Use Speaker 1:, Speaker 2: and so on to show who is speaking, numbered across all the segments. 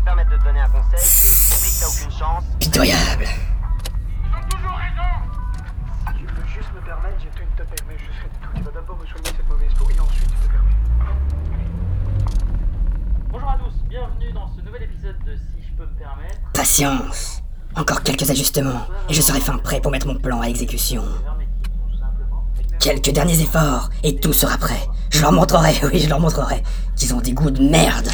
Speaker 1: un conseil, dès que t'as aucune chance,
Speaker 2: Pitoyable.
Speaker 3: Ils ont toujours raison
Speaker 4: Si tu veux juste me permettre, j'ai tout une te mais je fais tout. Tu vas d'abord me soigner cette mauvaise peau et ensuite tu te permets.
Speaker 3: Bonjour à tous, bienvenue dans ce nouvel épisode de Si je peux me permettre.
Speaker 2: Patience. Encore quelques ajustements, et je serai fin prêt pour mettre mon plan à exécution.
Speaker 3: Hermétique, tout simplement.
Speaker 2: Quelques derniers efforts, et tout sera prêt. Je leur montrerai, oui, je leur montrerai, qu'ils ont des goûts de merde.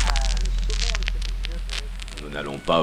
Speaker 5: Nous n'allons pas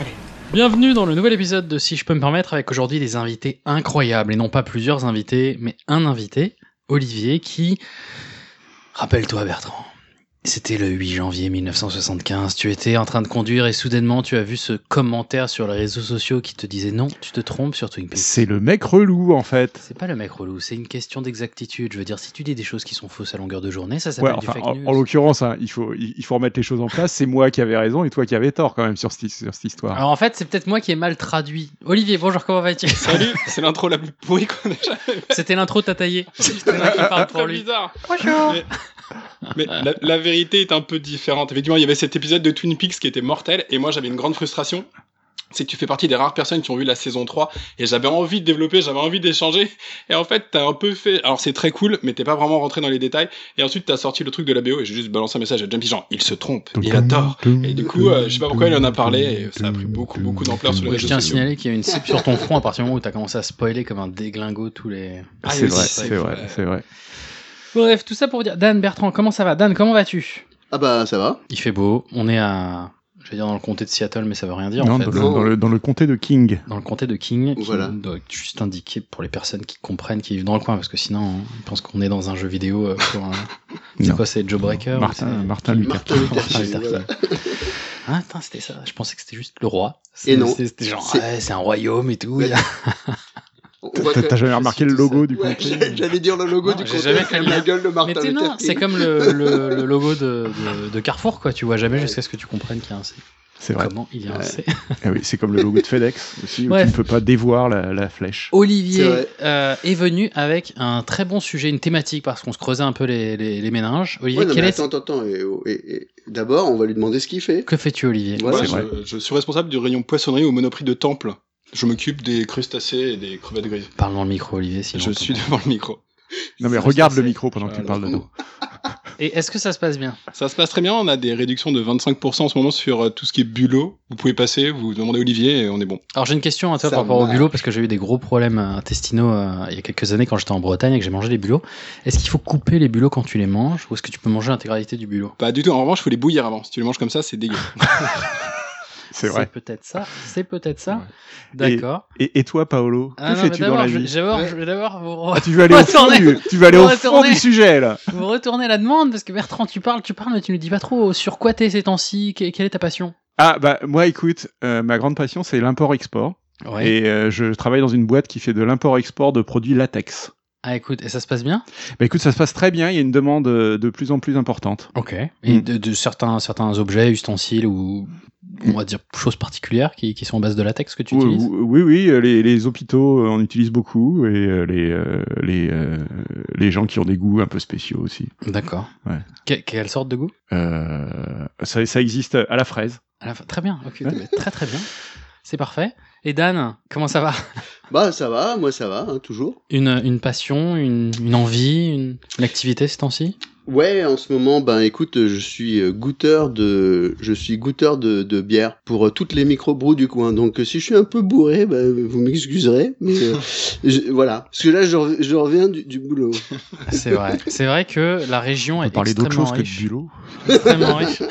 Speaker 4: Allez.
Speaker 6: Bienvenue dans le nouvel épisode de Si je peux me permettre avec aujourd'hui des invités incroyables et non pas plusieurs invités mais un invité, Olivier qui rappelle-toi Bertrand. C'était le 8 janvier 1975, tu étais en train de conduire et soudainement tu as vu ce commentaire sur les réseaux sociaux qui te disait non, tu te trompes sur Twin Peaks.
Speaker 7: C'est le mec relou en fait.
Speaker 6: C'est pas le mec relou, c'est une question d'exactitude. Je veux dire, si tu dis des choses qui sont fausses à longueur de journée, ça
Speaker 7: Ouais,
Speaker 6: s'appelle
Speaker 7: enfin,
Speaker 6: du fake
Speaker 7: en,
Speaker 6: news.
Speaker 7: en l'occurrence, hein, il, faut, il il faut remettre les choses en place. C'est moi qui avais raison et toi qui avais tort quand même sur, cette- sur cette histoire.
Speaker 8: Ah,
Speaker 6: Alors en fait, c'est peut-être moi qui ai mal traduit. Olivier, bonjour, comment vas-tu
Speaker 8: Salut, c'est l'intro la plus pourrie qu'on ait jamais
Speaker 6: C'était l'intro t'as taillé. C'est moi qui parle pour
Speaker 8: Très
Speaker 6: lui.
Speaker 8: bizarre. Bonjour. Mais, mais la, la vérité est un peu différente. Effectivement, il y avait cet épisode de Twin Peaks qui était mortel et moi j'avais une grande frustration. C'est que tu fais partie des rares personnes qui ont vu la saison 3 et j'avais envie de développer, j'avais envie d'échanger. Et en fait, t'as un peu fait. Alors c'est très cool, mais t'es pas vraiment rentré dans les détails. Et ensuite, t'as sorti le truc de la BO et j'ai juste balancé un message à Jumpy genre, il se trompe, il
Speaker 7: euh,
Speaker 8: a tort. Et du coup, euh, je sais pas pourquoi il en a parlé et ça a pris beaucoup, beaucoup d'ampleur sur les
Speaker 6: Ouais, je
Speaker 8: réseaux
Speaker 6: tiens à
Speaker 8: sociaux.
Speaker 6: signaler qu'il y a une cible sur ton front à partir du moment où t'as commencé à spoiler comme un déglingo tous les.
Speaker 8: Ah,
Speaker 7: c'est
Speaker 8: oui,
Speaker 7: vrai,
Speaker 8: c'est
Speaker 7: c'est
Speaker 8: vrai.
Speaker 7: vrai, c'est vrai.
Speaker 6: Bref, tout ça pour dire. Dan Bertrand, comment ça va Dan, comment vas-tu
Speaker 9: Ah bah ça va.
Speaker 6: Il fait beau. On est à. Je vais dire dans le comté de Seattle, mais ça veut rien dire
Speaker 7: Non,
Speaker 6: en fait.
Speaker 7: dans, le, dans le- dans le comté de King.
Speaker 6: Dans le comté de King, qui
Speaker 9: Voilà.
Speaker 6: doit être juste indiqué pour les personnes qui comprennent, qui vivent dans le coin, parce que sinon, hein, ils pensent qu'on est dans un jeu vidéo euh, pour un- C'est
Speaker 7: Non.
Speaker 6: quoi, c'est Joe Breaker ou
Speaker 7: Martin,
Speaker 6: c'est-
Speaker 7: Martin Luther
Speaker 9: Martin
Speaker 7: King.
Speaker 9: Luther
Speaker 6: Martin
Speaker 9: King,
Speaker 6: Luther
Speaker 9: voilà.
Speaker 6: Ah, attends, c'était ça. Je pensais que c'était juste le roi.
Speaker 9: Et non.
Speaker 6: C'était c'était genre,
Speaker 9: C'est- Bah,
Speaker 6: ouais, c'est un royaume et tout.
Speaker 9: Ouais. On voit
Speaker 7: T'as-
Speaker 9: que-
Speaker 7: T'as jamais remarqué le logo du
Speaker 9: Ouais,
Speaker 7: comté
Speaker 9: j'a- J'allais dire le logo
Speaker 6: Non,
Speaker 9: du
Speaker 6: j'ai
Speaker 9: comté,
Speaker 6: jamais fait le
Speaker 9: la
Speaker 6: lien.
Speaker 9: gueule de
Speaker 6: Hmm. Mais
Speaker 9: Martin
Speaker 6: t'es nain,
Speaker 9: Luther
Speaker 6: c'est
Speaker 9: King.
Speaker 6: comme le, le- le logo de, de- de Carrefour, quoi. Tu vois jamais jusqu'à ce que tu comprennes qu'il y a un C.
Speaker 7: C'est vrai.
Speaker 6: Comment il y a un
Speaker 9: Ouais.
Speaker 6: C.
Speaker 7: Ah oui, c'est comme le logo de FedEx aussi, où
Speaker 6: Ouais.
Speaker 7: tu ne peux pas dévoir la, la flèche.
Speaker 6: Olivier
Speaker 9: C'est vrai.
Speaker 6: euh, est venu avec un très bon sujet, une thématique, parce qu'on se creusait un peu les, les, les méninges. Olivier,
Speaker 9: Ouais, non,
Speaker 6: quel
Speaker 9: mais
Speaker 6: est...
Speaker 9: attends, attends, attends. Et, et- et- D'abord, on va lui demander ce qu'il fait.
Speaker 6: que fais-tu, Olivier
Speaker 9: Ouais,
Speaker 8: Moi,
Speaker 7: c'est
Speaker 8: je,
Speaker 7: vrai.
Speaker 8: je suis responsable du rayon poissonnerie au Monoprix de Temple. Je m'occupe des crustacés et des crevettes grises.
Speaker 6: Parle dans le micro, Olivier, si
Speaker 8: je suis devant le micro.
Speaker 7: Non mais
Speaker 8: Ça,
Speaker 7: regarde
Speaker 8: ça,
Speaker 7: le
Speaker 8: c'est-
Speaker 7: micro pendant que tu
Speaker 8: Voilà.
Speaker 7: parles dedans.
Speaker 6: Et est-ce que ça se passe bien
Speaker 8: Ça se passe très bien. On a des réductions de 25% en ce moment sur euh, tout ce qui est bulot. Vous pouvez passer, vous demandez Olivier et on est bon.
Speaker 6: Alors j'ai une question à toi
Speaker 9: Ça
Speaker 6: par rapport au
Speaker 9: marche.
Speaker 6: bulot, parce que j'ai eu des gros problèmes intestinaux euh, il y a quelques années quand j'étais en Bretagne et que j'ai mangé des bulots. Est-ce qu'il faut couper les bulots quand tu les manges, ou est-ce que tu peux manger l'intégralité du bulot
Speaker 8: Pas du tout. En revanche, faut les bouillir avant. Si tu les manges comme ça, c'est dégueu.
Speaker 7: C'est vrai.
Speaker 6: peut-être ça. C'est peut-être ça.
Speaker 7: Ouais.
Speaker 6: D'accord.
Speaker 7: Et, et toi, Paolo,
Speaker 6: Ah
Speaker 7: que
Speaker 6: non, mais
Speaker 7: fais-tu dans la
Speaker 6: d'abord, je,
Speaker 7: vie
Speaker 6: je vais d'abord-
Speaker 9: Ouais.
Speaker 6: je vais d'abord vous,
Speaker 7: Ah, tu veux aller au fond
Speaker 6: Retournez.
Speaker 7: du, tu veux aller au fond
Speaker 6: Retournez.
Speaker 7: du sujet là.
Speaker 6: vous retourner la demande parce que Bertrand, tu parles, tu parles, mais tu ne dis pas trop sur quoi t'es ces temps-ci, que- quelle est ta passion
Speaker 7: Ah bah moi écoute, euh, ma grande passion c'est l'import-export
Speaker 6: Ouais.
Speaker 7: et euh, je travaille dans une boîte qui fait de l'import-export de produits latex.
Speaker 6: Ah écoute, et ça se passe bien
Speaker 7: Bah écoute, ça se passe très bien, il y a une demande euh, de plus en plus importante.
Speaker 6: Ok. Et
Speaker 7: Mm.
Speaker 6: de, de certains, certains objets, ustensiles ou on va dire choses particulières qui, qui sont en base de latex que tu
Speaker 7: Oui,
Speaker 6: utilises
Speaker 7: oui, oui, euh, les, les hôpitaux euh, en utilisent beaucoup et euh, les euh, les euh, les gens qui ont des goûts un peu spéciaux aussi.
Speaker 6: D'accord.
Speaker 7: Ouais.
Speaker 6: Que- quelle sorte de goût
Speaker 7: Euh, ça, ça existe à la fraise.
Speaker 6: À la fin- Très bien, ok,
Speaker 7: Ouais.
Speaker 6: très très bien. C'est parfait. Et Dan, comment ça va
Speaker 9: Bah ça va, moi ça va, hein, toujours.
Speaker 6: une, une passion, une, une envie, une, une activité ces temps-ci
Speaker 9: Ouais, en ce moment, ben écoute, je suis euh, goûteur de, je suis goûteur de, de bière pour euh, toutes les micro-brous du coin. Donc euh, si je suis un peu bourré, ben, vous m'excuserez, mais euh, je- voilà. Parce que là, je, rev- je reviens du, du boulot.
Speaker 6: C'est vrai. C'est vrai que la région
Speaker 7: On peut
Speaker 6: est
Speaker 7: parler d'autre
Speaker 6: extrêmement
Speaker 7: chose que
Speaker 6: riche,
Speaker 7: de bulot.
Speaker 6: extrêmement riche,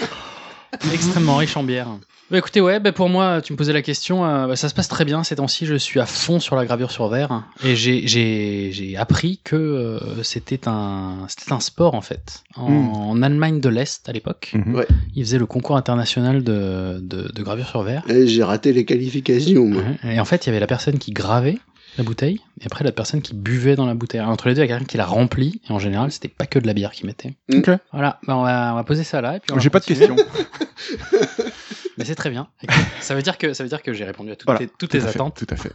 Speaker 6: extrêmement riche en bière. Bah écoutez, ouais, bah pour moi, tu me posais la question, euh, bah ça se passe très bien ces temps-ci, je suis à fond sur la gravure sur verre et j'ai- j'ai j'ai appris que euh, c'était un, c'était un sport en fait, en,
Speaker 7: Mm.
Speaker 6: en Allemagne de l'Est à l'époque.
Speaker 7: Mhm.
Speaker 9: Ouais.
Speaker 6: Ils faisaient le concours international de, de, de gravure sur verre.
Speaker 9: Eh, J'ai raté les qualifications. Moi.
Speaker 6: Et en fait, il y avait la personne qui gravait la bouteille, et après la personne qui buvait dans la bouteille. Entre les deux, il y a quelqu'un qui la remplit, et en général, c'était pas que de la bière qu'il mettait.
Speaker 7: Ok.
Speaker 6: Voilà, bah, on, va, on va poser ça là. et puis on va
Speaker 7: J'ai pas de
Speaker 6: continuer.
Speaker 7: questions.
Speaker 6: Mais c'est très bien. Écoute, ça veut dire que ça veut dire que j'ai répondu à toutes
Speaker 7: Voilà,
Speaker 6: tes, toutes
Speaker 7: tout
Speaker 6: tes
Speaker 7: à fait,
Speaker 6: attentes.
Speaker 7: tout à fait.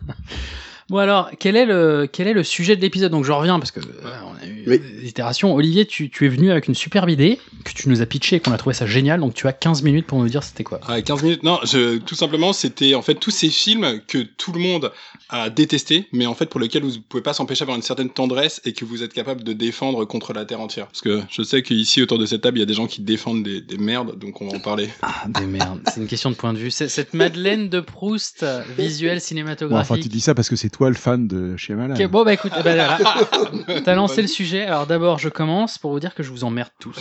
Speaker 6: Bon alors, quel est le quel est le sujet de l'épisode Donc je reviens parce que euh, on a eu des itérations. Olivier, tu, tu es venu avec une superbe idée que tu nous as pitchée et qu'on a trouvé ça génial. Donc tu as 15 minutes pour nous dire c'était quoi.
Speaker 8: Ouais, 15 Ah, minutes. Non, je, tout simplement, c'était en fait tous ces films que tout le monde a détesté, mais en fait pour lesquels vous pouvez pas s'empêcher d'avoir une certaine tendresse et que vous êtes capable de défendre contre la terre entière. Parce que je sais qu'ici autour de cette table, il y a des gens qui défendent des, des merdes, donc on va en parler.
Speaker 6: Ah, des merdes. C'est une question de point de vue. C'est cette Madeleine de Proust euh, visuelle
Speaker 7: Bon, enfin,
Speaker 6: cinématographique.
Speaker 7: tu dis ça parce que c'est toi le fan de chez Malade.
Speaker 6: Ok, bon bah écoute, eh ben,
Speaker 9: Ah,
Speaker 6: voilà. t'as lancé le sujet. Alors d'abord, je commence pour vous dire que je vous emmerde tous.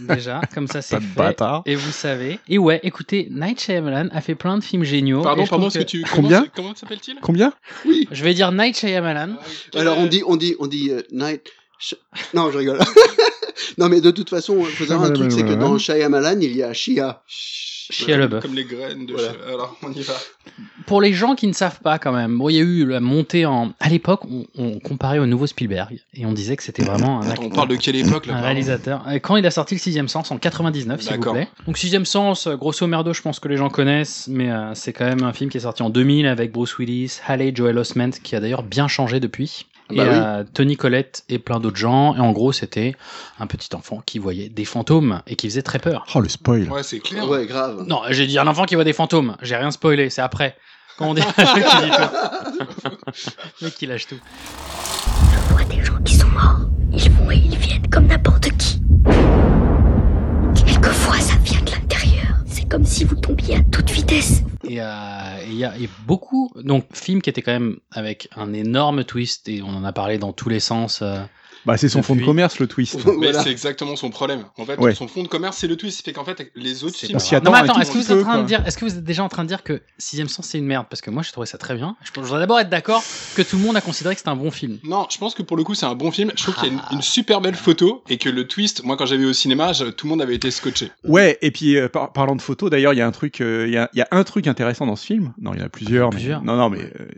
Speaker 6: Déjà, comme ça c'est
Speaker 7: de
Speaker 6: fait.
Speaker 7: bâtard.
Speaker 6: Et vous savez. Et ouais, écoutez, Night Shyamalan a fait plein de films géniaux.
Speaker 8: Pardon,
Speaker 6: et je
Speaker 8: pardon,
Speaker 6: trouve
Speaker 8: est-ce que tu comment
Speaker 7: Combien
Speaker 8: c'est- comment s'appelle-t-il
Speaker 7: Combien
Speaker 6: Je vais dire Night
Speaker 8: Euh,
Speaker 6: Shyamalan.
Speaker 9: Euh, Alors on dit, on dit, on dit euh, Night. Sh- Non, je rigole. non, mais de toute façon, faut savoir un truc, c'est que dans Shyamalan, il y a Shia.
Speaker 6: Shia LaBeouf.
Speaker 8: Comme les graines de.
Speaker 9: Voilà.
Speaker 8: chez- Alors on y va.
Speaker 6: Pour les gens qui ne savent pas quand même, bon, il y a eu la montée en. À l'époque, on, on comparait au nouveau Spielberg et on disait que c'était vraiment un,
Speaker 8: On parle de quelle époque là
Speaker 6: un
Speaker 8: pardon
Speaker 6: réalisateur. Euh, Quand il a sorti le sixième sens en 99, s'il vous
Speaker 8: D'accord.
Speaker 6: plaît. Donc sixième sens, euh, grosso merdo, je pense que les gens connaissent, mais euh, c'est quand même un film qui est sorti en 2000 avec Bruce Willis, Haley Joel Osment, qui a d'ailleurs bien changé depuis.
Speaker 9: Ah
Speaker 6: Et
Speaker 9: bah oui.
Speaker 6: euh, Tony Collette et plein d'autres gens. Et en gros, c'était un petit enfant qui voyait des fantômes et qui faisait très peur.
Speaker 7: Oh, le spoil.
Speaker 8: Ouais, c'est clair.
Speaker 9: Ouais, grave.
Speaker 6: Non, j'ai dit un enfant qui voit des fantômes. J'ai rien spoilé, c'est après. Quand on dit un truc, il dit tout. Le mec, il lâche tout.
Speaker 10: Je vois des gens qui sont morts. Ils vont et ils viennent comme n'importe qui. Quelquefois, ça vient de l'intérieur. C'est comme si vous tombiez à toute vitesse.
Speaker 6: Et euh, et il y a et beaucoup. Donc, film qui était quand même avec un énorme twist, et on en a parlé dans tous les sens. euh,
Speaker 7: Bah, c'est son
Speaker 6: Depuis-
Speaker 7: fonds de commerce, le twist.
Speaker 8: Mais
Speaker 9: Voilà.
Speaker 8: c'est exactement son problème. En fait,
Speaker 7: Ouais.
Speaker 8: son fond de commerce, c'est le twist. C'est fait qu'en fait, les autres
Speaker 6: c'est
Speaker 8: films.
Speaker 6: pas
Speaker 7: s'y
Speaker 6: grave.
Speaker 7: attend
Speaker 6: Non, mais
Speaker 7: un
Speaker 6: attends,
Speaker 7: tout
Speaker 6: est-ce que,
Speaker 7: petit
Speaker 6: vous êtes en
Speaker 7: peu,
Speaker 6: train de
Speaker 7: quoi.
Speaker 6: dire, est-ce que vous êtes déjà en train de dire que Sixième Sens c'est une merde Parce que moi j'ai trouvé ça très bien. Je, je voudrais d'abord être d'accord que tout le monde a considéré que c'était un bon film.
Speaker 8: Non, je pense que pour le coup, c'est un bon film. Je trouve qu'il y a une, une super belle photo et que le twist, moi, quand j'avais vu au cinéma, je- tout le monde avait été scotché.
Speaker 7: Ouais, et puis euh, par- parlant de photos, d'ailleurs, il y a un truc, euh, il y, a, il y a un truc intéressant dans ce film. Non, il y en a plusieurs. mais-
Speaker 6: Plusieurs.
Speaker 7: Non, non, mais euh,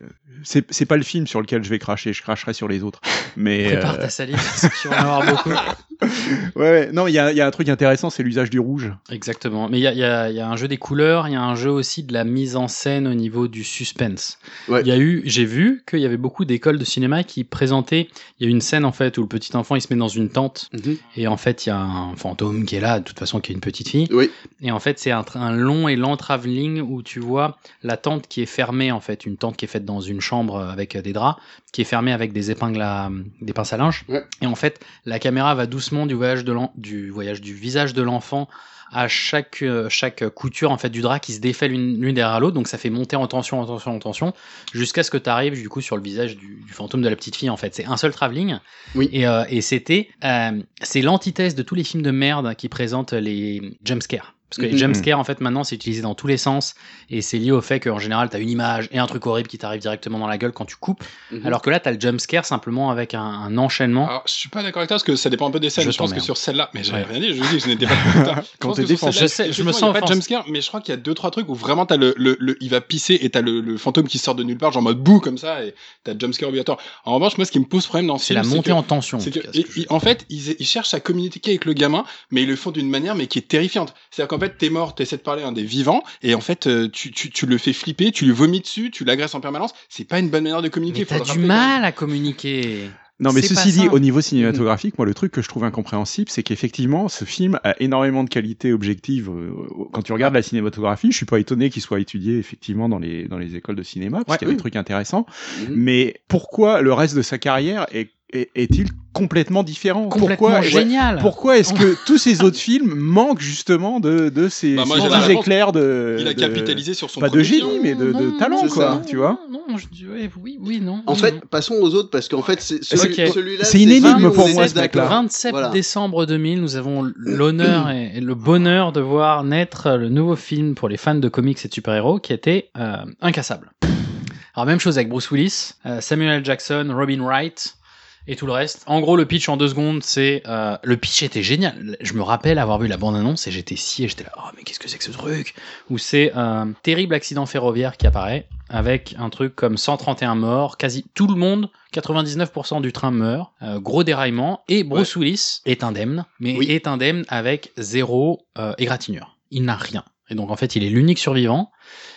Speaker 7: c'est c'est pas le film sur lequel je vais cracher. Je cracherai sur les autres. Mais
Speaker 6: Prépare
Speaker 7: euh,
Speaker 6: ta salive parce que tu vas en avoir beaucoup.
Speaker 7: ouais, ouais. non, il y a, il y a un truc intéressant, c'est l'usage du rouge.
Speaker 6: Exactement. Mais il y a, il y a- il y a un jeu des couleurs, il y a un jeu aussi de la mise en scène au niveau du suspense.
Speaker 9: Ouais.
Speaker 6: Il y a eu, j'ai vu qu'il y avait beaucoup d'écoles de cinéma qui présentaient. Il y a une scène en fait où le petit enfant il se met dans une tente
Speaker 9: Mhm.
Speaker 6: et en fait il y a un fantôme qui est là, de toute façon qui est une petite fille.
Speaker 9: Oui.
Speaker 6: Et en fait c'est un, tra- un long et lent travelling où tu vois la tente qui est fermée en fait, une tente qui est faite dans une chambre avec euh, des draps, qui est fermée avec des épingles à des pinces à linge.
Speaker 9: Ouais.
Speaker 6: Et en fait la caméra va doucement du voyage de l'en- du voyage du visage de l'enfant à chaque, euh, chaque couture en fait du drap qui se défait l'une l'une derrière l'autre, donc ça fait monter en tension, en tension, en tension, jusqu'à ce que tu arrives du coup sur le visage du, du fantôme de la petite fille en fait. C'est un seul travelling.
Speaker 9: Oui.
Speaker 6: Et, euh, et c'était, euh, c'est l'antithèse de tous les films de merde qui présentent les jumpscares. Parce que les
Speaker 9: Mhm.
Speaker 6: jumpscares, en fait, maintenant, c'est utilisé dans tous les sens. Et c'est lié au fait qu'en général, t'as une image et un truc horrible qui t'arrive directement dans la gueule quand tu coupes.
Speaker 9: Mhm.
Speaker 6: Alors que là, t'as le jumpscare simplement avec un, un enchaînement.
Speaker 8: Alors, je suis pas d'accord avec toi parce que ça dépend un peu des scènes.
Speaker 6: Hein Je
Speaker 8: Je, pense que
Speaker 6: t'emmerde.
Speaker 8: sur celle-là, mais j'avais
Speaker 6: Ouais.
Speaker 8: rien dit, je vous dis, je n'étais pas. Putain. Je
Speaker 7: Quand
Speaker 8: pense
Speaker 7: t'es
Speaker 8: que sur celle-là,
Speaker 6: Je
Speaker 7: défensif.
Speaker 6: sais, je me
Speaker 8: effectivement,
Speaker 6: sens
Speaker 8: il y a pas de
Speaker 6: offensé.
Speaker 8: jumpscare, mais je crois qu'il y a deux, trois trucs où vraiment t'as le, le, le- il va pisser et t'as le, le fantôme qui sort de nulle part, genre en mode bouh comme ça, et t'as le jumpscare obligatoire. En revanche, moi, ce qui me pose problème dans ce
Speaker 6: C'est
Speaker 8: film,
Speaker 6: la montée
Speaker 8: que-
Speaker 6: en tension. en
Speaker 8: C'est
Speaker 6: tout
Speaker 8: que,
Speaker 6: cas, ce
Speaker 8: et-
Speaker 6: que je-
Speaker 8: et- en fait, ils, ils cherchent à communiquer avec le gamin, mais ils le font d'une manière mais qui est terrifiante. C'est-à-dire qu'en fait, t'es mort, t'essaies de parler à un des vivants, et en fait, euh, tu, tu, tu le fais flipper, tu lui vomis dessus, tu l'agresses en permanence. C'est pas une bonne manière de communiquer.
Speaker 6: Mais
Speaker 8: faut le
Speaker 6: t'as du
Speaker 8: rappeler, quand même.
Speaker 6: mal à communiquer.
Speaker 7: Non, mais
Speaker 6: C'est pas Mm.
Speaker 7: ceci dit,
Speaker 6: simple.
Speaker 7: au niveau cinématographique, moi, le truc que je trouve incompréhensible, c'est qu'effectivement, ce film a énormément de qualités objectives. euh, Quand tu regardes la cinématographie, je suis pas étonné qu'il soit étudié effectivement dans les dans les écoles de cinéma, parce
Speaker 6: Ouais.
Speaker 7: qu'il y a des trucs intéressants.
Speaker 9: Mhm.
Speaker 7: Mais pourquoi le reste de sa carrière est est- est-il complètement différent
Speaker 6: Complètement
Speaker 7: Pourquoi
Speaker 6: génial.
Speaker 7: pourquoi est-ce que tous ces autres films manquent justement de, de ces,
Speaker 8: Bah, moi,
Speaker 7: ces
Speaker 8: j'ai la
Speaker 7: petits
Speaker 8: réponse.
Speaker 7: éclairs de.
Speaker 8: Il a
Speaker 7: euh, de-
Speaker 8: capitalisé sur son
Speaker 7: Pas de
Speaker 8: premier
Speaker 7: génie,
Speaker 8: film.
Speaker 7: mais de, de
Speaker 6: Non,
Speaker 7: talent,
Speaker 9: c'est
Speaker 7: quoi,
Speaker 9: ça.
Speaker 7: tu vois.
Speaker 6: Non, je- ouais, oui, oui, non.
Speaker 9: En
Speaker 6: oui,
Speaker 9: fait,
Speaker 6: non.
Speaker 9: passons aux autres parce qu'en fait, c'est celui,
Speaker 6: Ok.
Speaker 9: celui-là.
Speaker 7: C'est une énigme
Speaker 9: celui où
Speaker 7: pour
Speaker 9: on
Speaker 7: moi,
Speaker 9: est
Speaker 7: ce
Speaker 9: d'accord.
Speaker 7: mec-là.
Speaker 6: 27
Speaker 9: Voilà.
Speaker 6: décembre 2000, nous avons l'honneur et et le bonheur de voir naître le nouveau film pour les fans de comics et de super-héros qui était euh, Incassable. Alors même chose avec Bruce Willis, euh, Samuel L. Jackson, Robin Wright et tout le reste. En gros, le pitch en deux secondes, c'est euh, le pitch était génial. Je me rappelle avoir vu la bande-annonce et j'étais si et j'étais là, oh mais qu'est-ce que c'est que ce truc Où c'est un terrible accident euh, ferroviaire qui apparaît. avec un truc comme 131 morts, quasi tout le monde, 99% du train meurt, euh, gros déraillement, et Bruce Willis est indemne, mais est indemne avec zéro euh, égratignure. Il n'a rien. Et donc en fait, il est l'unique survivant,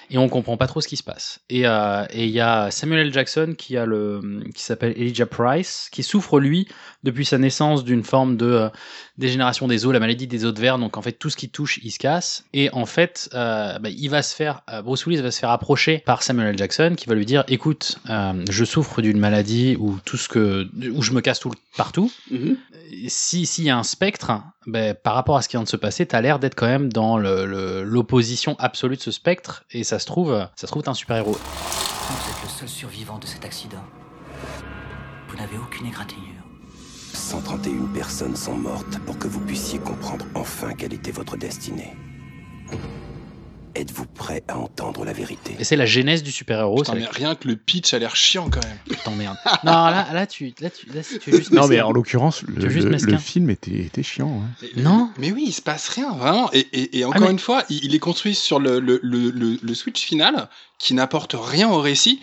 Speaker 6: et on comprend pas trop ce qui se passe. Et euh, et il y a Samuel L. Jackson qui a le qui s'appelle Elijah Price, qui souffre lui depuis sa naissance d'une forme de euh, dégénération des os, la maladie des os de verre. Donc en fait, tout ce qui touche, il se casse. Et en fait, euh, bah, il va se faire, euh, Bruce Willis va se faire approcher par Samuel L. Jackson, qui va lui dire, écoute, euh, je souffre d'une maladie où tout ce que, où je me casse tout le- partout.
Speaker 9: Mhm.
Speaker 6: Et Si s'il y a un spectre, ben, par rapport à ce qui vient de se passer, t'as l'air d'être quand même dans le- le- l'opposition absolue de ce spectre. Et ça se trouve, euh, ça se trouve t'es un super héros.
Speaker 11: Vous êtes le seul survivant de cet accident. Vous n'avez aucune égratignure.
Speaker 12: 131 personnes sont mortes pour que vous puissiez comprendre enfin quelle était votre destinée. Êtes-vous prêt à entendre la vérité
Speaker 6: Et c'est la genèse du super héros.
Speaker 8: Putain, mais rien que le pitch a l'air chiant quand même.
Speaker 6: Putain, merde. Non, là, là, tu, là, tu, là, tu es juste.
Speaker 7: Non, mais
Speaker 6: mesquin.
Speaker 7: en l'occurrence,
Speaker 6: Tu
Speaker 7: le,
Speaker 6: es juste
Speaker 7: le-
Speaker 6: mesquin.
Speaker 7: le film était, était chiant. hein.
Speaker 6: Non.
Speaker 8: Mais oui, il se passe rien, vraiment. Et, et- et encore une fois, il, il est construit sur le, le, le, le- le switch final qui n'apporte rien au récit.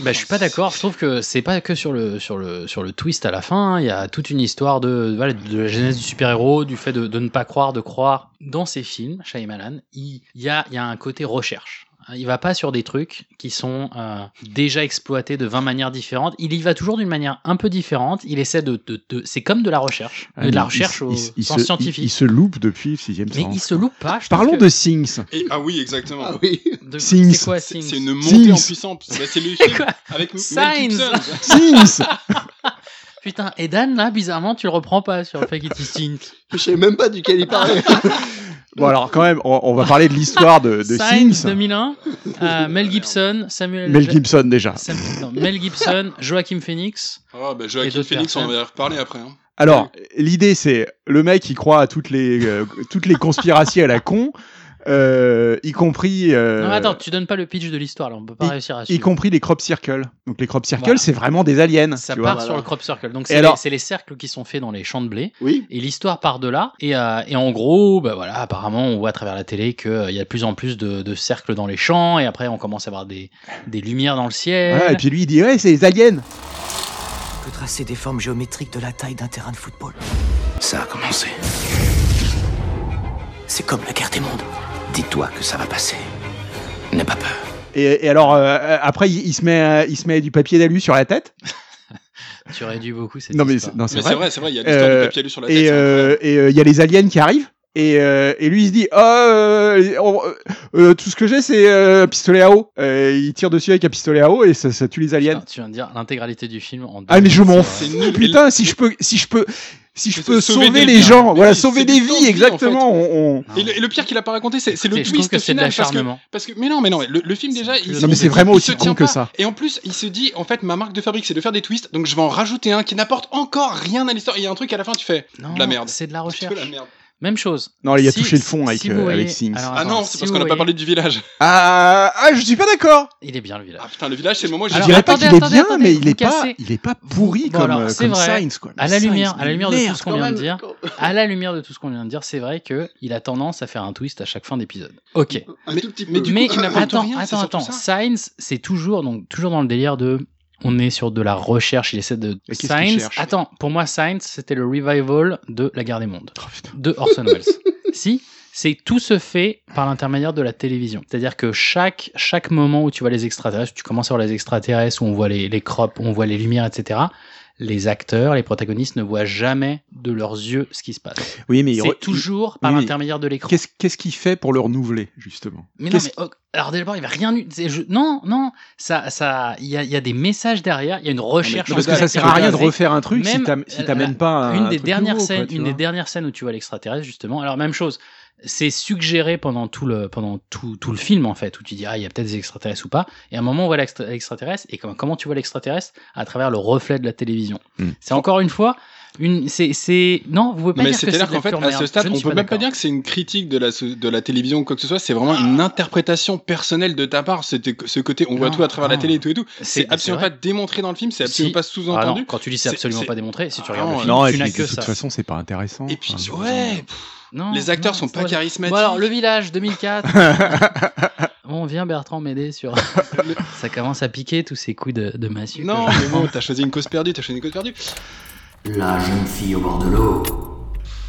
Speaker 6: Bah, je suis pas d'accord. Je trouve que c'est pas que sur le, sur, le, sur le twist à la fin. hein. Il y a toute une histoire de, voilà, de la genèse du super-héros, du fait de, de ne pas croire, de croire. Dans ces films, Shyamalan, il il y a, il y a un côté recherche. hein. Il va pas sur des trucs qui sont euh, déjà exploités de 20 manières différentes. Il y va toujours d'une manière un peu différente. Il essaie de. de, de- c'est comme de la recherche.
Speaker 7: Ah,
Speaker 6: de la
Speaker 7: il-
Speaker 6: recherche
Speaker 7: il-
Speaker 6: au
Speaker 7: il- il
Speaker 6: sens
Speaker 7: se-
Speaker 6: scientifique.
Speaker 7: Il, il se loupe depuis le sixième
Speaker 6: mais
Speaker 7: sens.
Speaker 6: il se loupe pas. je trouve
Speaker 7: Parlons
Speaker 6: que-
Speaker 7: de Sings.
Speaker 8: Et- ah oui, exactement.
Speaker 6: de-
Speaker 7: Things.
Speaker 6: C'est quoi
Speaker 8: C'est
Speaker 6: Things
Speaker 8: c'est une montée en
Speaker 7: Things.
Speaker 8: puissance. Bah, c'est le film avec M- Mel
Speaker 6: Signs
Speaker 8: Gibson.
Speaker 7: Things
Speaker 6: Putain, et Dan, là, bizarrement, tu le reprends pas sur le fait qu'il distinct.
Speaker 9: Je sais même pas duquel il parlait.
Speaker 7: Bon, alors, quand même, on, on va parler de l'histoire de, de
Speaker 6: Signs
Speaker 7: Sings.
Speaker 6: 2001, euh, Mel Gibson, Samuel
Speaker 7: Mel
Speaker 6: Ja-
Speaker 7: Gibson, déjà.
Speaker 6: Sam- non, Mel Gibson, Joachim Phoenix.
Speaker 8: Ah, bah, Joaquin
Speaker 6: d'autres
Speaker 8: Phoenix, on
Speaker 6: personnes.
Speaker 8: va y reparler après. hein.
Speaker 7: Alors, l'idée, c'est le mec, il croit à toutes les, euh, toutes les conspirations à la con, euh, y compris. euh,
Speaker 6: Non, attends, tu donnes pas le pitch de l'histoire, là, on peut pas réussir à
Speaker 7: y
Speaker 6: suivre.
Speaker 7: compris les crop circles. Donc les crop circles,
Speaker 6: Voilà.
Speaker 7: c'est vraiment des aliens.
Speaker 6: Ça
Speaker 7: tu
Speaker 6: part
Speaker 7: vois.
Speaker 6: sur le crop circle. Donc,
Speaker 7: Et
Speaker 6: c'est les-
Speaker 7: alors-
Speaker 6: c'est les, cercles qui sont faits dans les champs de blé.
Speaker 9: Oui.
Speaker 6: Et l'histoire part de là. Et, euh, et en gros, bah voilà, apparemment, on voit à travers la télé qu'il y a de plus en plus de, de cercles dans les champs. Et après, on commence à avoir des, des lumières dans le ciel.
Speaker 7: Voilà, et puis lui, il dit ouais, c'est les aliens.
Speaker 11: On peut tracer des formes géométriques de la taille d'un terrain de football.
Speaker 12: Ça a commencé.
Speaker 11: C'est comme la guerre des mondes.
Speaker 12: Dis-toi que ça va passer. N'aie pas peur.
Speaker 7: Et, et alors euh, après, il, il se met, euh, il se met du papier d'alu sur la tête.
Speaker 6: Tu réduis beaucoup cette
Speaker 7: Non mais
Speaker 6: histoire.
Speaker 7: c'est non, Ah, c'est
Speaker 8: Mais
Speaker 7: vrai.
Speaker 8: c'est vrai, c'est vrai, il y a l'histoire
Speaker 7: Euh,
Speaker 8: du papier alu sur la tête, hein.
Speaker 7: Et
Speaker 8: c'est
Speaker 7: euh, et, euh, il y a les aliens qui arrivent. Et, euh, et lui il se dit oh, euh, on- euh, euh, tout ce que j'ai c'est euh, un pistolet à eau. Euh, il tire dessus avec un pistolet à eau et ça, ça tue les aliens.
Speaker 6: Tu viens de dire l'intégralité du film en
Speaker 7: Ah mais je m'en
Speaker 6: C'est
Speaker 7: fous putain si je peux si je peux si je peux
Speaker 8: sauver
Speaker 7: sauver,
Speaker 8: des
Speaker 7: les
Speaker 8: vies.
Speaker 7: gens
Speaker 8: Mais
Speaker 7: voilà
Speaker 8: oui,
Speaker 7: sauver
Speaker 8: c'est
Speaker 7: des
Speaker 8: du temps de
Speaker 7: vies
Speaker 8: vie, en
Speaker 7: exactement on, on-
Speaker 8: Et le, et le pire qu'il a pas raconté, c'est c'est le
Speaker 6: Écoutez, je
Speaker 8: twist
Speaker 6: trouve que c'est de
Speaker 8: final. parce, que,
Speaker 6: l'acharnement.
Speaker 8: parce que- mais non, mais non, le, le film déjà, il
Speaker 7: Non,
Speaker 8: se-
Speaker 7: mais c'est
Speaker 8: il
Speaker 7: vraiment
Speaker 8: se
Speaker 7: aussi
Speaker 8: tient
Speaker 7: con que
Speaker 8: pas.
Speaker 7: ça.
Speaker 8: Et en plus, il se dit, en fait, ma marque de fabrique, c'est de faire des twists, donc je vais en rajouter un qui n'apporte encore rien à l'histoire. Et il y a un truc à la fin, tu fais
Speaker 6: Non,
Speaker 8: de la merde.
Speaker 6: C'est de la
Speaker 8: C'est
Speaker 6: recherche.
Speaker 8: de la merde.
Speaker 6: Même chose.
Speaker 7: Non, il a
Speaker 6: Si-
Speaker 7: touché le fond avec,
Speaker 6: si
Speaker 7: euh,
Speaker 6: vous voyez-
Speaker 7: avec Sings.
Speaker 6: alors,
Speaker 8: Ah non,
Speaker 6: attends,
Speaker 8: c'est
Speaker 6: si
Speaker 8: parce
Speaker 6: vous
Speaker 8: qu'on n'a pas
Speaker 6: voyez-
Speaker 8: parlé du village. Ah
Speaker 7: Ah, ah, je suis pas d'accord.
Speaker 6: Il est bien le village.
Speaker 8: Putain, le village, c'est le moment où j'ai
Speaker 7: Je
Speaker 8: dit,
Speaker 7: dirais
Speaker 6: attendez,
Speaker 7: pas qu'il est
Speaker 6: attendez,
Speaker 7: bien,
Speaker 6: attendez,
Speaker 7: mais
Speaker 6: vous
Speaker 7: il est pas,
Speaker 6: cassez.
Speaker 7: il est pas pourri
Speaker 6: Bon,
Speaker 7: comme,
Speaker 6: alors,
Speaker 7: euh,
Speaker 6: c'est
Speaker 7: comme
Speaker 6: vrai.
Speaker 7: Sainz, quoi. Mais
Speaker 6: À la
Speaker 7: Sainz,
Speaker 6: lumière, à la
Speaker 7: mais
Speaker 6: lumière de tout
Speaker 7: merde,
Speaker 6: ce qu'on
Speaker 7: quand
Speaker 6: vient de
Speaker 7: même.
Speaker 6: dire,
Speaker 9: Ah
Speaker 6: à la lumière de tout ce qu'on vient de dire, c'est vrai que il a tendance à faire un twist à chaque fin d'épisode. Ok.
Speaker 8: Euh, mais, tout petit
Speaker 6: Mais,
Speaker 8: du coup, qui n'apporte
Speaker 6: attends,
Speaker 8: rien, c'est
Speaker 6: attends,
Speaker 8: surtout
Speaker 6: attends.
Speaker 8: ça.
Speaker 6: Signs, c'est toujours donc toujours dans le délire de on est sur de la recherche. Il essaie de
Speaker 7: Mais qu'est-ce qu'il
Speaker 6: Signs.
Speaker 7: cherche
Speaker 6: Attends, pour moi, Signs, c'était le revival de La Guerre des Mondes de Orson Welles. si. C'est tout se fait par l'intermédiaire de la télévision. C'est-à-dire que chaque, chaque moment où tu vois les extraterrestres, tu commences à voir les extraterrestres, où on voit les, les crops, où on voit les lumières, etc., les acteurs, les protagonistes ne voient jamais de leurs yeux ce qui se passe.
Speaker 7: Oui, mais il re-
Speaker 6: c'est toujours par
Speaker 7: oui, mais
Speaker 6: l'intermédiaire de l'écran.
Speaker 7: Qu'est-ce qu'est-ce qu'il fait pour le renouveler justement
Speaker 6: Mais non,
Speaker 7: Qu'est-ce-
Speaker 6: mais oh, alors d'abord, il va rien. u- c'est- je- non, non, ça, ça, il y a, il y a des messages derrière, il y a une recherche.
Speaker 7: Non, parce
Speaker 6: sur
Speaker 7: que ça
Speaker 6: la
Speaker 7: sert à rien de
Speaker 6: télé.
Speaker 7: refaire un truc si
Speaker 6: Même
Speaker 7: t'am- si
Speaker 6: la-
Speaker 7: t'amènes
Speaker 6: la-
Speaker 7: pas un-
Speaker 6: une
Speaker 7: un
Speaker 6: des
Speaker 7: truc
Speaker 6: dernières
Speaker 7: nouveau, quoi,
Speaker 6: scènes,
Speaker 7: tu
Speaker 6: une
Speaker 7: vois.
Speaker 6: des dernières scènes où tu vois l'extraterrestre justement. Alors même chose, c'est suggéré pendant tout le pendant tout, tout le film en fait où tu dis ah il y a peut-être des extraterrestres ou pas. Et à un moment on voit l'extra- l'extraterrestre et comment comment tu vois l'extraterrestre à travers le reflet de la télévision.
Speaker 7: Hmm.
Speaker 6: C'est encore une fois une c'est c'est non vous pouvez pas
Speaker 8: Mais
Speaker 6: dire que c'est
Speaker 8: c'est-à-dire
Speaker 6: de la
Speaker 8: qu'en fait,
Speaker 6: pure
Speaker 8: à
Speaker 6: merde.
Speaker 8: ce stade,
Speaker 6: Je ne
Speaker 8: on
Speaker 6: suis
Speaker 8: peut même
Speaker 6: d'accord.
Speaker 8: pas dire que c'est une critique de la, so- de la télévision ou quoi que ce soit, c'est vraiment une interprétation personnelle de ta part. C'était que- ce côté, on voit
Speaker 6: Ah. Non,
Speaker 8: tout à travers
Speaker 6: non.
Speaker 8: la télé et tout et tout.
Speaker 6: C'est-
Speaker 8: C'est absolument
Speaker 6: c'est
Speaker 8: pas
Speaker 6: vrai.
Speaker 8: démontré dans le film, c'est absolument
Speaker 6: Si.
Speaker 8: pas
Speaker 6: Ah
Speaker 8: sous-entendu.
Speaker 6: non, quand tu dis c'est Ah absolument pas démontré, si tu regardes le film,
Speaker 7: Non, et
Speaker 6: tu
Speaker 7: puis,
Speaker 6: n'as
Speaker 7: de
Speaker 6: que
Speaker 7: toute
Speaker 6: ça.
Speaker 7: façon, c'est pas intéressant.
Speaker 8: Et puis,
Speaker 7: Enfin,
Speaker 6: Ah,
Speaker 7: je-
Speaker 8: ouais, pff, les acteurs sont pas charismatiques.
Speaker 6: Bon alors le village 2004. Bon, viens Bertrand m'aider sur. ça commence à piquer tous ces coups de, de
Speaker 8: Non,
Speaker 6: massue. que je
Speaker 8: mais bon,
Speaker 6: prends.
Speaker 8: t'as choisi une cause perdue, t'as choisi une cause perdue.
Speaker 11: La jeune fille au bord de l'eau.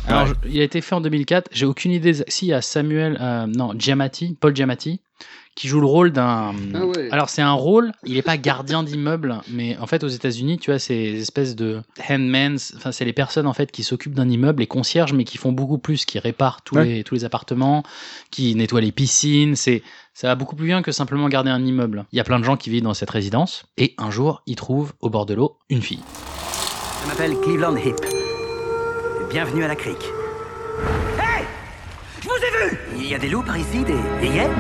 Speaker 6: Alors, je- il a été fait en 2004. J'ai aucune idée. des- Si, il y a Samuel, euh, non, Giamatti, Paul Giamatti, qui joue le rôle d'un.
Speaker 9: Ah ouais.
Speaker 6: Alors, c'est un rôle. Il n'est pas gardien d'immeuble, mais en fait, aux États-Unis, tu as ces espèces de handmans. Enfin, c'est les personnes en fait qui s'occupent d'un immeuble, les concierges, mais qui font beaucoup plus, qui réparent tous
Speaker 7: Ouais.
Speaker 6: les tous les appartements, qui nettoient les piscines. C'est ça va beaucoup plus bien que simplement garder un immeuble. Il y a plein de gens qui vivent dans cette résidence, et un jour, ils trouvent au bord de l'eau une fille.
Speaker 11: Je m'appelle Cleveland Hip. Bienvenue à la crique. Hey Je vous ai vu Il y a des loups par ici, des, des hyènes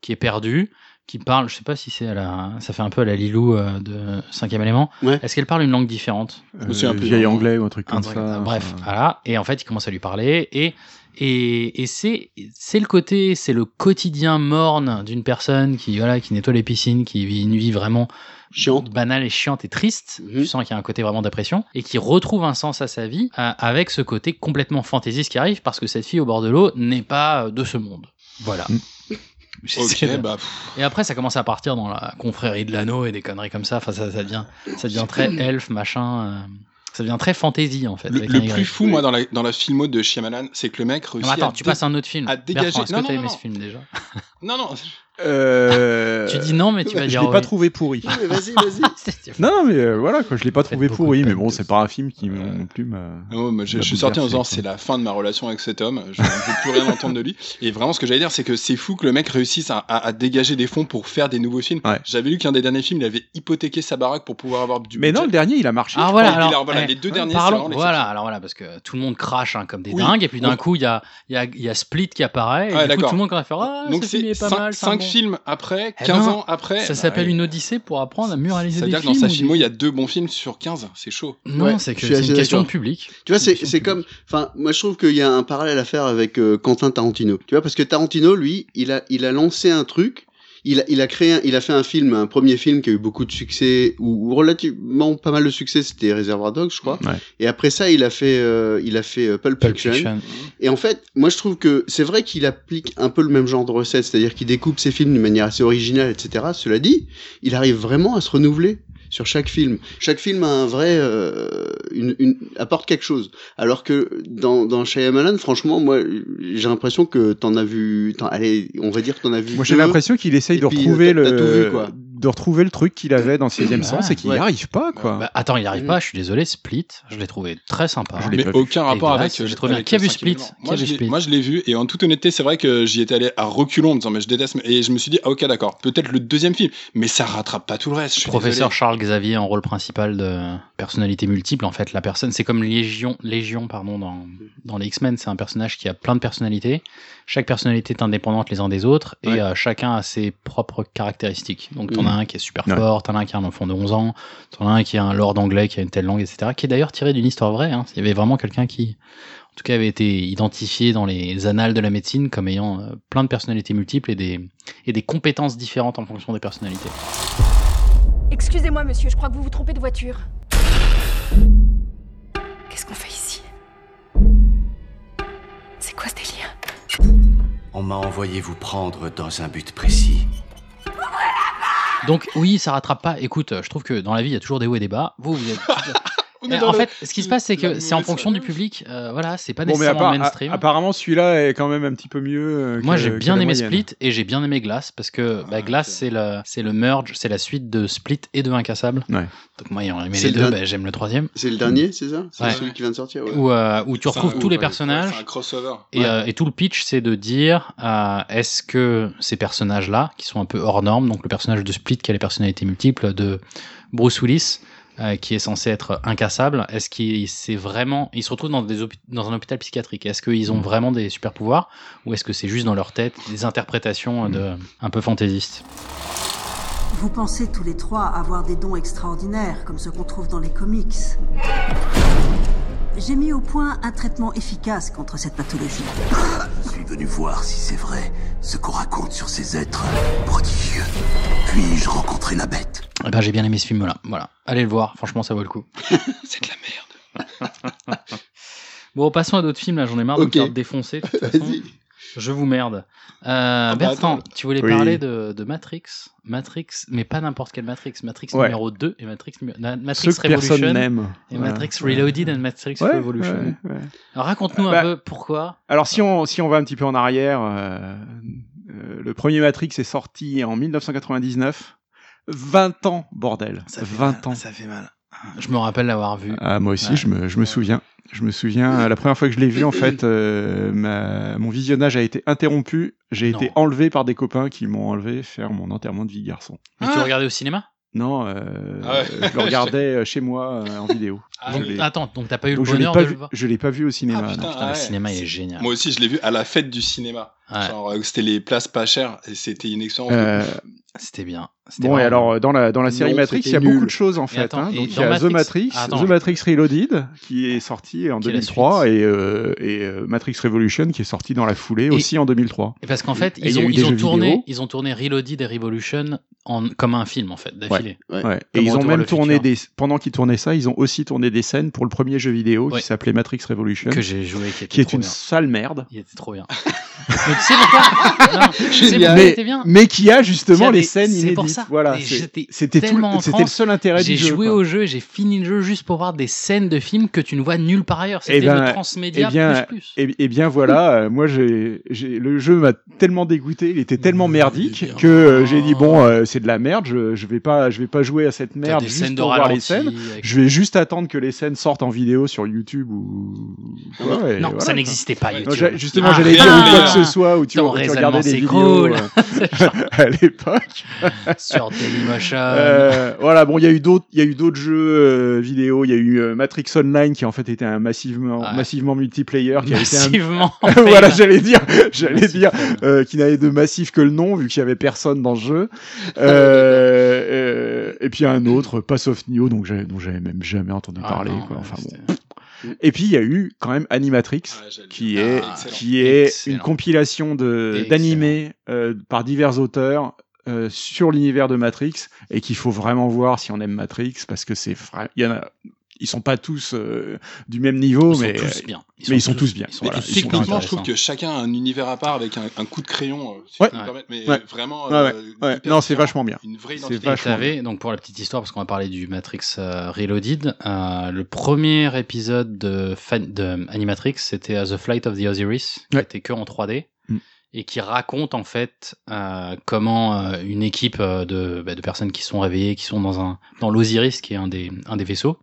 Speaker 6: qui est perdu, qui parle, je sais pas si c'est à la, ça fait un peu à la Lilou euh, de cinquième élément. Est-ce qu'elle parle une langue différente
Speaker 7: Je me souviens Euh, plus. vieil anglais ou un ah. truc comme ça, hein.
Speaker 6: Bref, voilà. Et en fait, il commence à lui parler et et, et c'est c'est le côté, c'est le quotidien morne d'une personne qui voilà, qui nettoie les piscines, qui vit une vie vraiment chiante, banale et chiante et triste.
Speaker 7: Mhm.
Speaker 6: Tu sens qu'il y a un côté vraiment dépression et qui retrouve un sens à sa vie euh, avec ce côté complètement fantaisiste qui arrive parce que cette fille au bord de l'eau n'est pas euh, de ce monde. Voilà.
Speaker 7: Mhm.
Speaker 8: Ok,
Speaker 6: C'est-
Speaker 8: bah,
Speaker 6: Et après, ça commence à partir dans la confrérie de l'anneau et des conneries comme ça. Enfin, ça, ça devient, ça devient très elfe, machin. euh, ça devient très fantasy, en fait.
Speaker 8: Le,
Speaker 6: avec
Speaker 8: le
Speaker 6: un Y.
Speaker 8: plus fou, moi, dans la, dans la filmo de Shyamalan, c'est que le mec
Speaker 6: Non,
Speaker 8: réussit
Speaker 6: mais attends,
Speaker 8: à
Speaker 6: tu
Speaker 8: dé-
Speaker 6: passes à un autre film.
Speaker 8: À dégager.
Speaker 6: Bertrand, est-ce que
Speaker 8: non,
Speaker 6: t'as
Speaker 8: non,
Speaker 6: aimé
Speaker 8: non,
Speaker 6: ce film déjà
Speaker 8: non, non.
Speaker 7: Euh,
Speaker 6: Tu dis non, mais tu vas
Speaker 7: je
Speaker 6: dire
Speaker 7: l'ai pas
Speaker 6: oui. Ah.
Speaker 7: trouvé pourri.
Speaker 9: mais vas-y, vas-y.
Speaker 7: Non, mais euh, voilà, quoi, je l'ai pas trouvé pourri, mais bon, c'est pas un film qui
Speaker 6: euh,
Speaker 7: m- non plus m'a.
Speaker 8: Non, Ah mais je,
Speaker 7: m'a
Speaker 8: je suis sorti en
Speaker 7: bouleversé,
Speaker 8: disant c'est la fin de ma relation avec cet homme, je ne veux plus rien entendre de lui. Et vraiment, ce que j'allais dire, c'est que c'est fou que le mec réussisse à, à- à dégager des fonds pour faire des nouveaux films. J'avais lu qu'un des derniers films, il avait hypothéqué sa baraque pour pouvoir avoir du.
Speaker 7: Mais non, le dernier, il a marché.
Speaker 6: Ah voilà, alors, eh,
Speaker 8: les deux derniers, c'est
Speaker 6: parlons,
Speaker 8: vraiment l'exception.
Speaker 6: voilà, alors voilà, parce que tout le monde crache hein, comme des
Speaker 8: Oui.
Speaker 6: dingues, et puis d'un
Speaker 8: On-
Speaker 6: coup, il y a, il y, a, il y a Split qui apparaît,
Speaker 8: Ouais,
Speaker 6: et du coup,
Speaker 8: d'accord.
Speaker 6: tout le monde commence à faire Ah,
Speaker 8: Donc
Speaker 6: ce film
Speaker 8: c'est
Speaker 6: il est pas
Speaker 8: cinq-
Speaker 6: mal. c'est un
Speaker 8: cinq
Speaker 6: bon.
Speaker 8: films après,
Speaker 6: Eh
Speaker 8: 15
Speaker 6: ben,
Speaker 8: ans après.
Speaker 6: Ça
Speaker 8: Bah,
Speaker 6: s'appelle
Speaker 8: oui.
Speaker 6: une odyssée pour apprendre à mieux réaliser
Speaker 8: Ça veut
Speaker 6: des
Speaker 8: dire que
Speaker 6: films.
Speaker 8: dans sa
Speaker 6: ou des-
Speaker 8: filmo, il y a deux bons films sur 15, c'est chaud.
Speaker 6: Non,
Speaker 9: Ouais,
Speaker 6: c'est que
Speaker 9: je suis
Speaker 6: c'est
Speaker 9: assez
Speaker 6: une question de
Speaker 9: d'accord.
Speaker 6: public.
Speaker 9: Tu vois, c'est c'est comme, enfin, moi je trouve qu'il y a un parallèle à faire avec euh, Quentin Tarantino. Tu vois, parce que Tarantino, lui, il a, il a lancé un truc. Il a, il a créé, un- il a fait un film, un premier film qui a eu beaucoup de succès ou, ou relativement pas mal de succès. C'était Reservoir Dogs, je crois. Et après ça, il a fait, euh, il a fait euh, Pulp, Fiction.
Speaker 6: Fiction.
Speaker 9: Et en fait, moi je trouve que c'est vrai qu'il applique un peu le même genre de recette, c'est-à-dire qu'il découpe ses films d'une manière assez originale, etc. Cela dit, il arrive vraiment à se renouveler sur chaque film. Chaque film a un vrai, euh, une, une- apporte quelque chose. Alors que dans dans Shyamalan, franchement, moi j'ai l'impression que t'en as vu, t'en- allez, on va dire que t'en as vu.
Speaker 7: Moi, j'ai
Speaker 9: deux,
Speaker 7: l'impression qu'il essaye
Speaker 9: et
Speaker 7: de
Speaker 9: puis,
Speaker 7: retrouver
Speaker 9: t'as- t'as tout
Speaker 7: le,
Speaker 9: vu, quoi.
Speaker 7: de retrouver le truc qu'il avait dans Sixième
Speaker 6: Ouais.
Speaker 7: Sens et qu'il n'y
Speaker 6: Ah, Ouais.
Speaker 7: arrive pas, quoi.
Speaker 6: Bah, attends, il n'y arrive
Speaker 7: Mm.
Speaker 6: pas, je suis désolé, Split, je l'ai trouvé très sympa.
Speaker 7: Je l'ai Mais pas vu.
Speaker 8: aucun rapport
Speaker 6: Et
Speaker 8: avec.
Speaker 6: Glass,
Speaker 8: euh,
Speaker 6: J'ai trouvé bien.
Speaker 8: avec
Speaker 6: Qui a
Speaker 8: le
Speaker 6: vu
Speaker 8: cinquième
Speaker 6: Split
Speaker 8: élément.
Speaker 6: Qui a
Speaker 8: Moi,
Speaker 6: vu
Speaker 8: je l'ai-
Speaker 6: Split
Speaker 8: moi, je l'ai vu, et en toute honnêteté, c'est vrai que j'y étais allé à reculons en me disant, mais je déteste, mais- et je me suis dit, ah, ok, d'accord, peut-être le deuxième film, mais ça rattrape pas tout le reste. je suis
Speaker 6: Professeur
Speaker 8: désolé.
Speaker 6: Charles Xavier en rôle principal de personnalité multiple, en fait, la personne, c'est comme Légion, Légion pardon, dans, dans les X-Men, c'est un personnage qui a plein de personnalités. Chaque personnalité est indépendante les uns des autres et
Speaker 7: Ouais.
Speaker 6: euh, chacun a ses propres caractéristiques. Donc, t'en
Speaker 7: Mhm.
Speaker 6: as un qui est super
Speaker 7: Ouais.
Speaker 6: fort, t'en as un qui a un enfant de 11 ans, t'en as un qui a un lord anglais qui a une telle langue, etc. Qui est d'ailleurs tiré d'une histoire vraie. hein. Il y avait vraiment quelqu'un qui, en tout cas, avait été identifié dans les annales de la médecine comme ayant euh, plein de personnalités multiples et des, et des compétences différentes en fonction des personnalités.
Speaker 13: Excusez-moi, monsieur, je crois que vous vous trompez de voiture. Qu'est-ce qu'on fait ici C'est quoi ce délire
Speaker 11: On m'a envoyé vous prendre dans un but précis.
Speaker 6: Donc oui, ça rattrape pas. Écoute, euh, je trouve que dans la vie, il y a toujours des hauts et des bas. Vous, vous êtes...
Speaker 8: On
Speaker 6: Eh,
Speaker 8: est dans
Speaker 6: en
Speaker 8: le-
Speaker 6: fait, ce qui se passe, c'est
Speaker 8: la
Speaker 6: que c'est en
Speaker 8: mauvaise
Speaker 6: fonction du public. euh, voilà, c'est pas
Speaker 7: Bon, mais à
Speaker 6: nécessairement
Speaker 7: part-
Speaker 6: mainstream.
Speaker 7: a- apparemment, celui-là est quand même un petit peu mieux. euh,
Speaker 6: Moi,
Speaker 7: que-
Speaker 6: j'ai
Speaker 7: que
Speaker 6: bien
Speaker 7: la
Speaker 6: aimé
Speaker 7: moyenne.
Speaker 6: Split et j'ai bien aimé Glass parce que bah, Glass, c'est le, c'est le merge, c'est la suite de Split et de Incassable. Donc moi, ayant aimé
Speaker 9: C'est
Speaker 6: les
Speaker 9: le
Speaker 6: deux,
Speaker 9: dernier-
Speaker 6: bah, j'aime le troisième.
Speaker 9: C'est le dernier, c'est ça C'est
Speaker 6: Ouais.
Speaker 9: celui qui vient de sortir. ouais.
Speaker 6: Où, euh, où tu
Speaker 9: C'est
Speaker 6: retrouves
Speaker 9: un-
Speaker 6: tous les
Speaker 9: ouais,
Speaker 6: personnages.
Speaker 8: ouais, c'est un crossover.
Speaker 6: Et,
Speaker 8: Ouais.
Speaker 6: euh, et tout le pitch, c'est de dire euh, est-ce que ces personnages-là, qui sont un peu hors normes, donc le personnage de Split qui a les personnalités multiples, de Bruce Willis, euh, qui est censé être incassable, est-ce qu'il c'est vraiment. Ils se retrouvent dans, des hôpi- dans un hôpital psychiatrique. Est-ce qu'ils
Speaker 8: Mm.
Speaker 6: ont vraiment des super-pouvoirs Ou est-ce que c'est juste dans leur tête des interprétations euh,
Speaker 8: Mm.
Speaker 6: de, un peu fantaisistes
Speaker 14: Vous pensez tous les trois avoir des dons extraordinaires, comme ceux qu'on trouve dans les comics. J'ai mis au point un traitement efficace contre cette pathologie.
Speaker 11: Je suis venu voir si c'est vrai ce qu'on raconte sur ces êtres prodigieux. Puis-je rencontrer la bête
Speaker 6: Eh ben, j'ai bien aimé ce film-là. Voilà. Allez le voir, franchement, ça vaut le coup.
Speaker 8: c'est de la merde.
Speaker 6: Bon, passons à d'autres films, là, j'en ai marre
Speaker 9: Ok.
Speaker 6: de me faire défoncer. de toute façon. Je vous merde. Euh,
Speaker 8: bah,
Speaker 6: Bertrand,
Speaker 8: attends.
Speaker 6: tu voulais
Speaker 7: Oui.
Speaker 6: parler de, de Matrix. Matrix, mais pas n'importe quel Matrix. Matrix
Speaker 7: Ouais.
Speaker 6: numéro 2 et Matrix, numéro- na- Matrix
Speaker 7: Ceux que personne
Speaker 6: Revolution.
Speaker 7: n'aime.
Speaker 6: Et
Speaker 7: Voilà.
Speaker 6: Matrix Reloaded and Matrix
Speaker 7: Ouais,
Speaker 6: Revolution.
Speaker 7: ouais, ouais.
Speaker 6: Alors raconte-nous un
Speaker 7: Bah,
Speaker 6: peu pourquoi.
Speaker 7: Alors si on, si on va un petit peu en arrière, euh, euh, le premier Matrix est sorti en 1999. 20 ans, bordel. 20 ans.
Speaker 6: Ça fait mal. Je me rappelle l'avoir vu.
Speaker 7: Ah, moi aussi,
Speaker 6: Ouais.
Speaker 7: je, me, je me souviens. Je me souviens, euh, la première fois que je l'ai vu, en fait, euh, ma- mon visionnage a été interrompu. J'ai été enlevé par des copains qui m'ont enlevé faire mon enterrement de vie de garçon.
Speaker 6: Mais tu regardais au cinéma
Speaker 7: Non, euh,
Speaker 6: Ah ouais.
Speaker 7: je le regardais euh, chez moi euh, en vidéo.
Speaker 6: Ah,
Speaker 7: Je
Speaker 6: donc-
Speaker 7: l'ai-
Speaker 6: attends, donc t'as pas eu le
Speaker 7: Donc je l'ai
Speaker 6: bonheur
Speaker 7: pas
Speaker 6: de
Speaker 7: vu-
Speaker 6: le voir Ah,
Speaker 7: Je l'ai pas vu au cinéma. non.
Speaker 6: putain, le cinéma, il est génial.
Speaker 8: Moi aussi, je l'ai vu à la fête du cinéma. Genre, euh, c'était les places pas chères et c'était une expérience. de
Speaker 7: Euh,
Speaker 8: ouf.
Speaker 6: C'était bien.
Speaker 7: Bon, et alors, euh, dans la, dans la série
Speaker 8: Non,
Speaker 7: Matrix, il
Speaker 8: c'était
Speaker 7: y a
Speaker 8: nul.
Speaker 7: beaucoup de choses, en
Speaker 8: Et
Speaker 7: fait.
Speaker 8: attends,
Speaker 7: hein.
Speaker 8: et
Speaker 7: Donc, il y
Speaker 8: dans
Speaker 7: a The Matrix,
Speaker 8: Matrix-
Speaker 6: Ah, Attends.
Speaker 7: The Matrix Reloaded, qui est sorti en
Speaker 6: Qui est la
Speaker 7: 2003, et, euh, et euh, Matrix Revolution, qui est sorti dans la foulée aussi en 2003.
Speaker 6: Et parce qu'en fait,
Speaker 7: Et il
Speaker 6: ils
Speaker 7: y a
Speaker 6: ont,
Speaker 7: eu
Speaker 6: ils
Speaker 7: des
Speaker 6: ont
Speaker 7: jeux
Speaker 6: tourné,
Speaker 7: vidéo.
Speaker 6: ils ont tourné Reloaded et Revolution en, comme un film en fait d'affilée.
Speaker 7: Ouais.
Speaker 6: Comme
Speaker 7: Et ils
Speaker 6: Retour
Speaker 7: ont
Speaker 6: à
Speaker 7: même
Speaker 6: le
Speaker 7: tourné
Speaker 6: futur,
Speaker 7: des, pendant qu'ils tournaient ça, ils ont aussi tourné des scènes pour le premier jeu vidéo
Speaker 6: Ouais.
Speaker 7: qui s'appelait Matrix Revolution.
Speaker 6: que j'ai joué, qui, était
Speaker 7: qui est
Speaker 6: trop
Speaker 7: une
Speaker 6: bien.
Speaker 7: sale merde.
Speaker 6: Il était trop bien. Mais tu sais pourquoi Non, tu sais pourquoi il
Speaker 7: mais,
Speaker 6: était Eh ben, bien
Speaker 7: mais qui a justement
Speaker 6: Tiens,
Speaker 7: les
Speaker 6: mais
Speaker 7: scènes
Speaker 6: c'est
Speaker 7: inédites.
Speaker 6: pour ça.
Speaker 7: Voilà,
Speaker 6: Et
Speaker 7: c'est-
Speaker 6: j'étais
Speaker 7: c'était tout,
Speaker 6: tellement en
Speaker 7: le- c'était le
Speaker 6: transe.
Speaker 7: seul intérêt du jeu.
Speaker 6: J'ai joué
Speaker 7: quoi.
Speaker 6: au jeu, et j'ai fini le jeu juste pour voir des scènes de films que tu ne vois nulle part ailleurs. C'était
Speaker 7: Eh ben,
Speaker 6: le transmédia
Speaker 7: eh bien,
Speaker 6: plus plus.
Speaker 7: eh- eh bien voilà, euh, moi j'ai, j'ai- le jeu m'a tellement dégoûté, il était tellement
Speaker 6: Mmh,
Speaker 7: merdique que euh, j'ai dit bon, euh, c'est de la merde, je, je vais pas, je vais pas jouer à cette merde
Speaker 6: Oh. des
Speaker 7: juste
Speaker 6: scènes de
Speaker 7: pour voir les
Speaker 6: ralenti
Speaker 7: scènes.
Speaker 6: avec-
Speaker 7: Je vais juste attendre que les scènes sortent en vidéo sur YouTube ou. ou quoi, et
Speaker 6: non,
Speaker 7: voilà,
Speaker 6: ça
Speaker 7: quoi.
Speaker 6: n'existait pas.
Speaker 7: Non,
Speaker 6: YouTube.
Speaker 7: j'ai- justement,
Speaker 6: Ah,
Speaker 7: j'allais dire
Speaker 6: ah,
Speaker 7: ou quoi que ce soit où tu,
Speaker 6: ton
Speaker 7: où tu
Speaker 6: raisonnement,
Speaker 7: regardais des
Speaker 6: c'est
Speaker 7: vidéos
Speaker 6: cool.
Speaker 7: euh, à l'époque.
Speaker 6: Sur Dailymotion.
Speaker 7: Euh, voilà, bon, il y a eu d'autres, il y a eu d'autres jeux euh, vidéo. Il y a eu euh, Matrix Online qui en fait était un massivement, massivement multiplayer, qui
Speaker 6: Massivement
Speaker 7: a été un... voilà,
Speaker 6: fail.
Speaker 7: j'allais dire, j'allais dire, euh, qui n'avait de massif que le nom vu qu'il y avait personne dans le jeu. Euh, euh, et puis un autre, Pass of Neo, donc j'avais- dont j'avais même jamais entendu Euh,
Speaker 6: Ah,
Speaker 7: parler. quoi. Enfin, bon. Et puis il y a eu quand même Animatrix,
Speaker 6: Ah,
Speaker 7: qui
Speaker 8: Ah,
Speaker 7: est qui est une compilation de d'animés euh, par divers auteurs euh, sur l'univers de Matrix et qu'il faut vraiment voir si on aime Matrix parce que c'est fra- il y en a ils sont pas tous euh, du même niveau
Speaker 6: Ils sont
Speaker 7: mais euh,
Speaker 6: tous bien. Ils
Speaker 7: mais ils
Speaker 6: sont
Speaker 7: sont
Speaker 6: tous-
Speaker 7: tous bien
Speaker 6: ils sont
Speaker 8: Mais
Speaker 7: Voilà, ils sont
Speaker 8: techniquement, je trouve
Speaker 7: intéressants.
Speaker 8: que chacun a un univers à part avec un, un coup de crayon, euh, si
Speaker 7: Ouais.
Speaker 8: je peux me permettre, mais
Speaker 7: Ouais.
Speaker 8: vraiment.
Speaker 7: Ouais,
Speaker 8: euh,
Speaker 7: ouais. Ouais. non c'est vachement bien
Speaker 8: une vraie
Speaker 7: c'est
Speaker 8: identité.
Speaker 7: vachement bien.
Speaker 6: T'avais, donc pour la petite histoire, parce qu'on va parler du Matrix euh, Reloaded, euh, le premier épisode de, fan, de Animatrix, c'était euh, The Flight of the Osiris, qui était que en 3D,
Speaker 7: Mm.
Speaker 6: et qui raconte en fait euh, comment euh, une équipe euh, de, bah, de personnes qui sont réveillées, qui sont dans, un, dans l'Osiris, qui est un des, un des vaisseaux,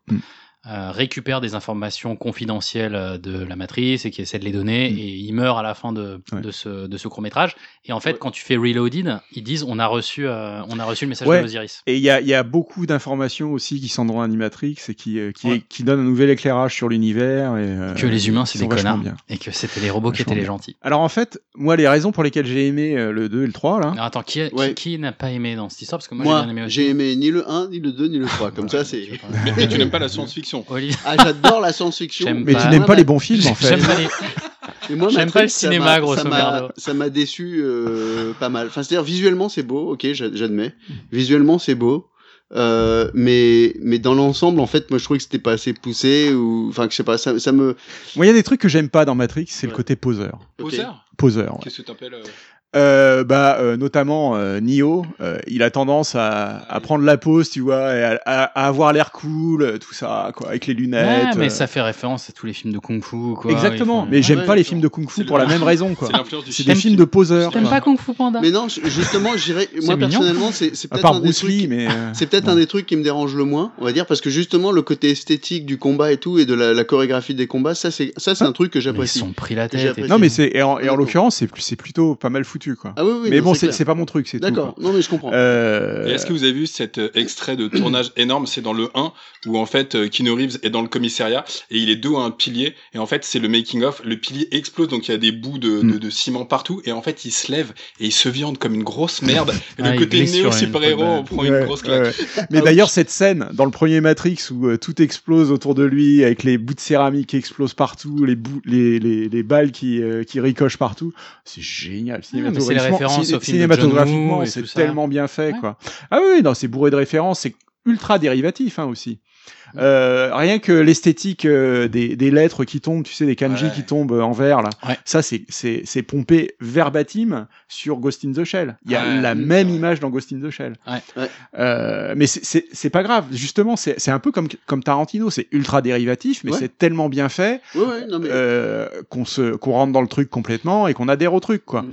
Speaker 6: euh, récupère des informations confidentielles euh, de la matrice et qui essaie de les donner
Speaker 7: Mm.
Speaker 6: et il meurt à la fin de, de ce, de ce court métrage et en fait quand tu fais Reloaded ils disent on a reçu euh, on a reçu le message
Speaker 7: Ouais.
Speaker 6: de l'Osiris
Speaker 7: Et il y a, il y a beaucoup d'informations aussi qui sont dans Animatrix et qui, euh, qui, qui donnent un nouvel éclairage sur l'univers. et, euh,
Speaker 6: que les humains
Speaker 7: ils
Speaker 6: c'est
Speaker 7: sont
Speaker 6: des
Speaker 7: vachement
Speaker 6: connards
Speaker 7: bien.
Speaker 6: et que c'était les robots qui
Speaker 7: Vachement
Speaker 6: étaient les
Speaker 7: bien.
Speaker 6: gentils
Speaker 7: Alors en fait, moi, les raisons pour lesquelles j'ai aimé euh, le 2 et le 3, là.
Speaker 6: Alors, attends qui, qui- qui n'a pas aimé dans cette histoire parce que moi, j'ai
Speaker 9: Moi,
Speaker 6: bien aimé aussi
Speaker 9: j'ai aimé ni le 1, ni le 2, ni le 3. Comme ça, c'est.
Speaker 8: Mais tu n'aimes pas la science-fiction.
Speaker 9: Ah, j'adore la science-fiction.
Speaker 7: Mais
Speaker 6: bah,
Speaker 7: tu n'aimes pas les bons films, en fait.
Speaker 6: J'aime pas les-
Speaker 9: Et moi,
Speaker 6: J'aime
Speaker 9: Matrix,
Speaker 6: pas le
Speaker 9: ça
Speaker 6: cinéma,
Speaker 9: m'a-
Speaker 6: grosso
Speaker 9: ça m'a-
Speaker 6: merdo.
Speaker 9: Ça m'a déçu euh, pas mal. Enfin, c'est-à-dire, visuellement, c'est beau, ok, j'a- j'admets. Visuellement, c'est beau. Euh, mais mais dans l'ensemble en fait moi je trouvais que c'était pas assez poussé ou enfin que je sais pas ça, ça me
Speaker 7: Moi, il y a des trucs que j'aime pas dans Matrix, c'est le côté poseur.
Speaker 8: Poseur
Speaker 7: Poseur. ouais.
Speaker 8: Qu'est-ce que t'appelles euh,
Speaker 7: Euh, bah, euh, notamment euh, Neo, euh, il a tendance à, à prendre la pose, tu vois, et à, à- à avoir l'air cool, euh, tout ça, quoi, avec les
Speaker 6: Ouais,
Speaker 7: lunettes.
Speaker 6: mais
Speaker 7: euh.
Speaker 6: ça fait référence à tous les films de kung fu quoi
Speaker 7: Exactement. Mais j'aime pas les films de kung-fu pour la même raison, quoi. C'est des films de poseurs. quoi.
Speaker 6: Kung Fu Panda
Speaker 9: mais non je- justement j'irais moi
Speaker 7: mignon.
Speaker 9: personnellement c'est c'est
Speaker 7: À
Speaker 9: peut-être
Speaker 7: part
Speaker 9: un des
Speaker 7: Bruce
Speaker 9: trucs
Speaker 7: Lee, mais. euh,
Speaker 9: C'est peut-être un des trucs qui me dérange le moins, on va dire, parce que justement le côté esthétique du combat et tout et de la, la chorégraphie des combats, ça c'est ça c'est un truc que j'apprécie.
Speaker 6: ils sont pris la
Speaker 9: Que
Speaker 6: tête et
Speaker 9: j'apprécie.
Speaker 7: Non, mais c'est et en, et en l'occurrence, c'est plus- c'est plutôt pas mal foutu, quoi.
Speaker 9: Ah oui, oui,
Speaker 7: mais
Speaker 9: non,
Speaker 7: bon,
Speaker 9: c'est
Speaker 7: c'est
Speaker 9: clair.
Speaker 7: c'est pas mon truc, c'est tout.
Speaker 9: D'accord.
Speaker 7: quoi.
Speaker 9: Non mais je comprends.
Speaker 7: Euh,
Speaker 8: Et est-ce que vous avez vu cet euh, extrait de tournage énorme C'est dans le 1 où en fait euh, Keanu Reeves est dans le commissariat et il est dos à un pilier et en fait c'est le making of. Le pilier explose donc il y a des bouts de,
Speaker 7: Mm.
Speaker 8: de- de ciment partout et en fait il se lève et il se viande comme une grosse merde. Et
Speaker 7: Ah,
Speaker 8: le
Speaker 7: il
Speaker 8: côté
Speaker 7: glisse
Speaker 8: néo
Speaker 7: sur une
Speaker 8: super héros
Speaker 7: pomme.
Speaker 8: on prend une
Speaker 7: Ouais,
Speaker 8: grosse claque. Ah,
Speaker 7: ouais, ouais. Mais d'ailleurs, cette scène dans le premier Matrix où euh, tout explose autour de lui, avec les bouts de céramique qui explosent partout, les, bouts, les, les, les balles qui, euh, qui ricochent partout, c'est génial.
Speaker 6: mais c'est les
Speaker 7: Cinématographiquement-
Speaker 6: références au
Speaker 7: ciné-
Speaker 6: film de John Woo
Speaker 7: Cinématographiquement,
Speaker 6: et
Speaker 7: c'est
Speaker 6: tout ça.
Speaker 7: tellement bien fait, quoi. Ah oui, non, c'est bourré de références. C'est ultra dérivatif hein, aussi. Euh, rien que l'esthétique euh, des, des lettres qui tombent, tu sais, des kanji
Speaker 8: Ouais.
Speaker 7: qui tombent euh, en vert, là.
Speaker 8: Ouais.
Speaker 7: Ça, c'est- c'est c'est pompé verbatim sur Ghost in the Shell. Il y a
Speaker 8: Ouais.
Speaker 7: la
Speaker 8: Mm.
Speaker 7: même image dans Ghost in the Shell. Euh, mais c'est- c'est c'est pas grave. Justement, c'est c'est un peu comme, comme Tarantino. C'est ultra dérivatif, mais
Speaker 9: Ouais.
Speaker 7: c'est tellement bien fait
Speaker 9: Ouais, ouais, non, mais-
Speaker 7: euh, qu'on se qu'on rentre dans le truc complètement et qu'on adhère au truc,
Speaker 9: Mm.
Speaker 7: quoi.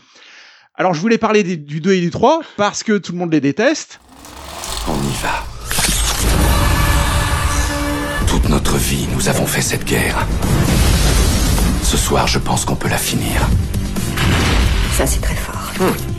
Speaker 7: Alors, je voulais parler des- du 2 et du 3 parce que tout le monde les déteste.
Speaker 12: On y va. Toute notre vie, nous avons fait cette guerre. Ce soir, je pense qu'on peut la finir.
Speaker 7: Ça, c'est très fort.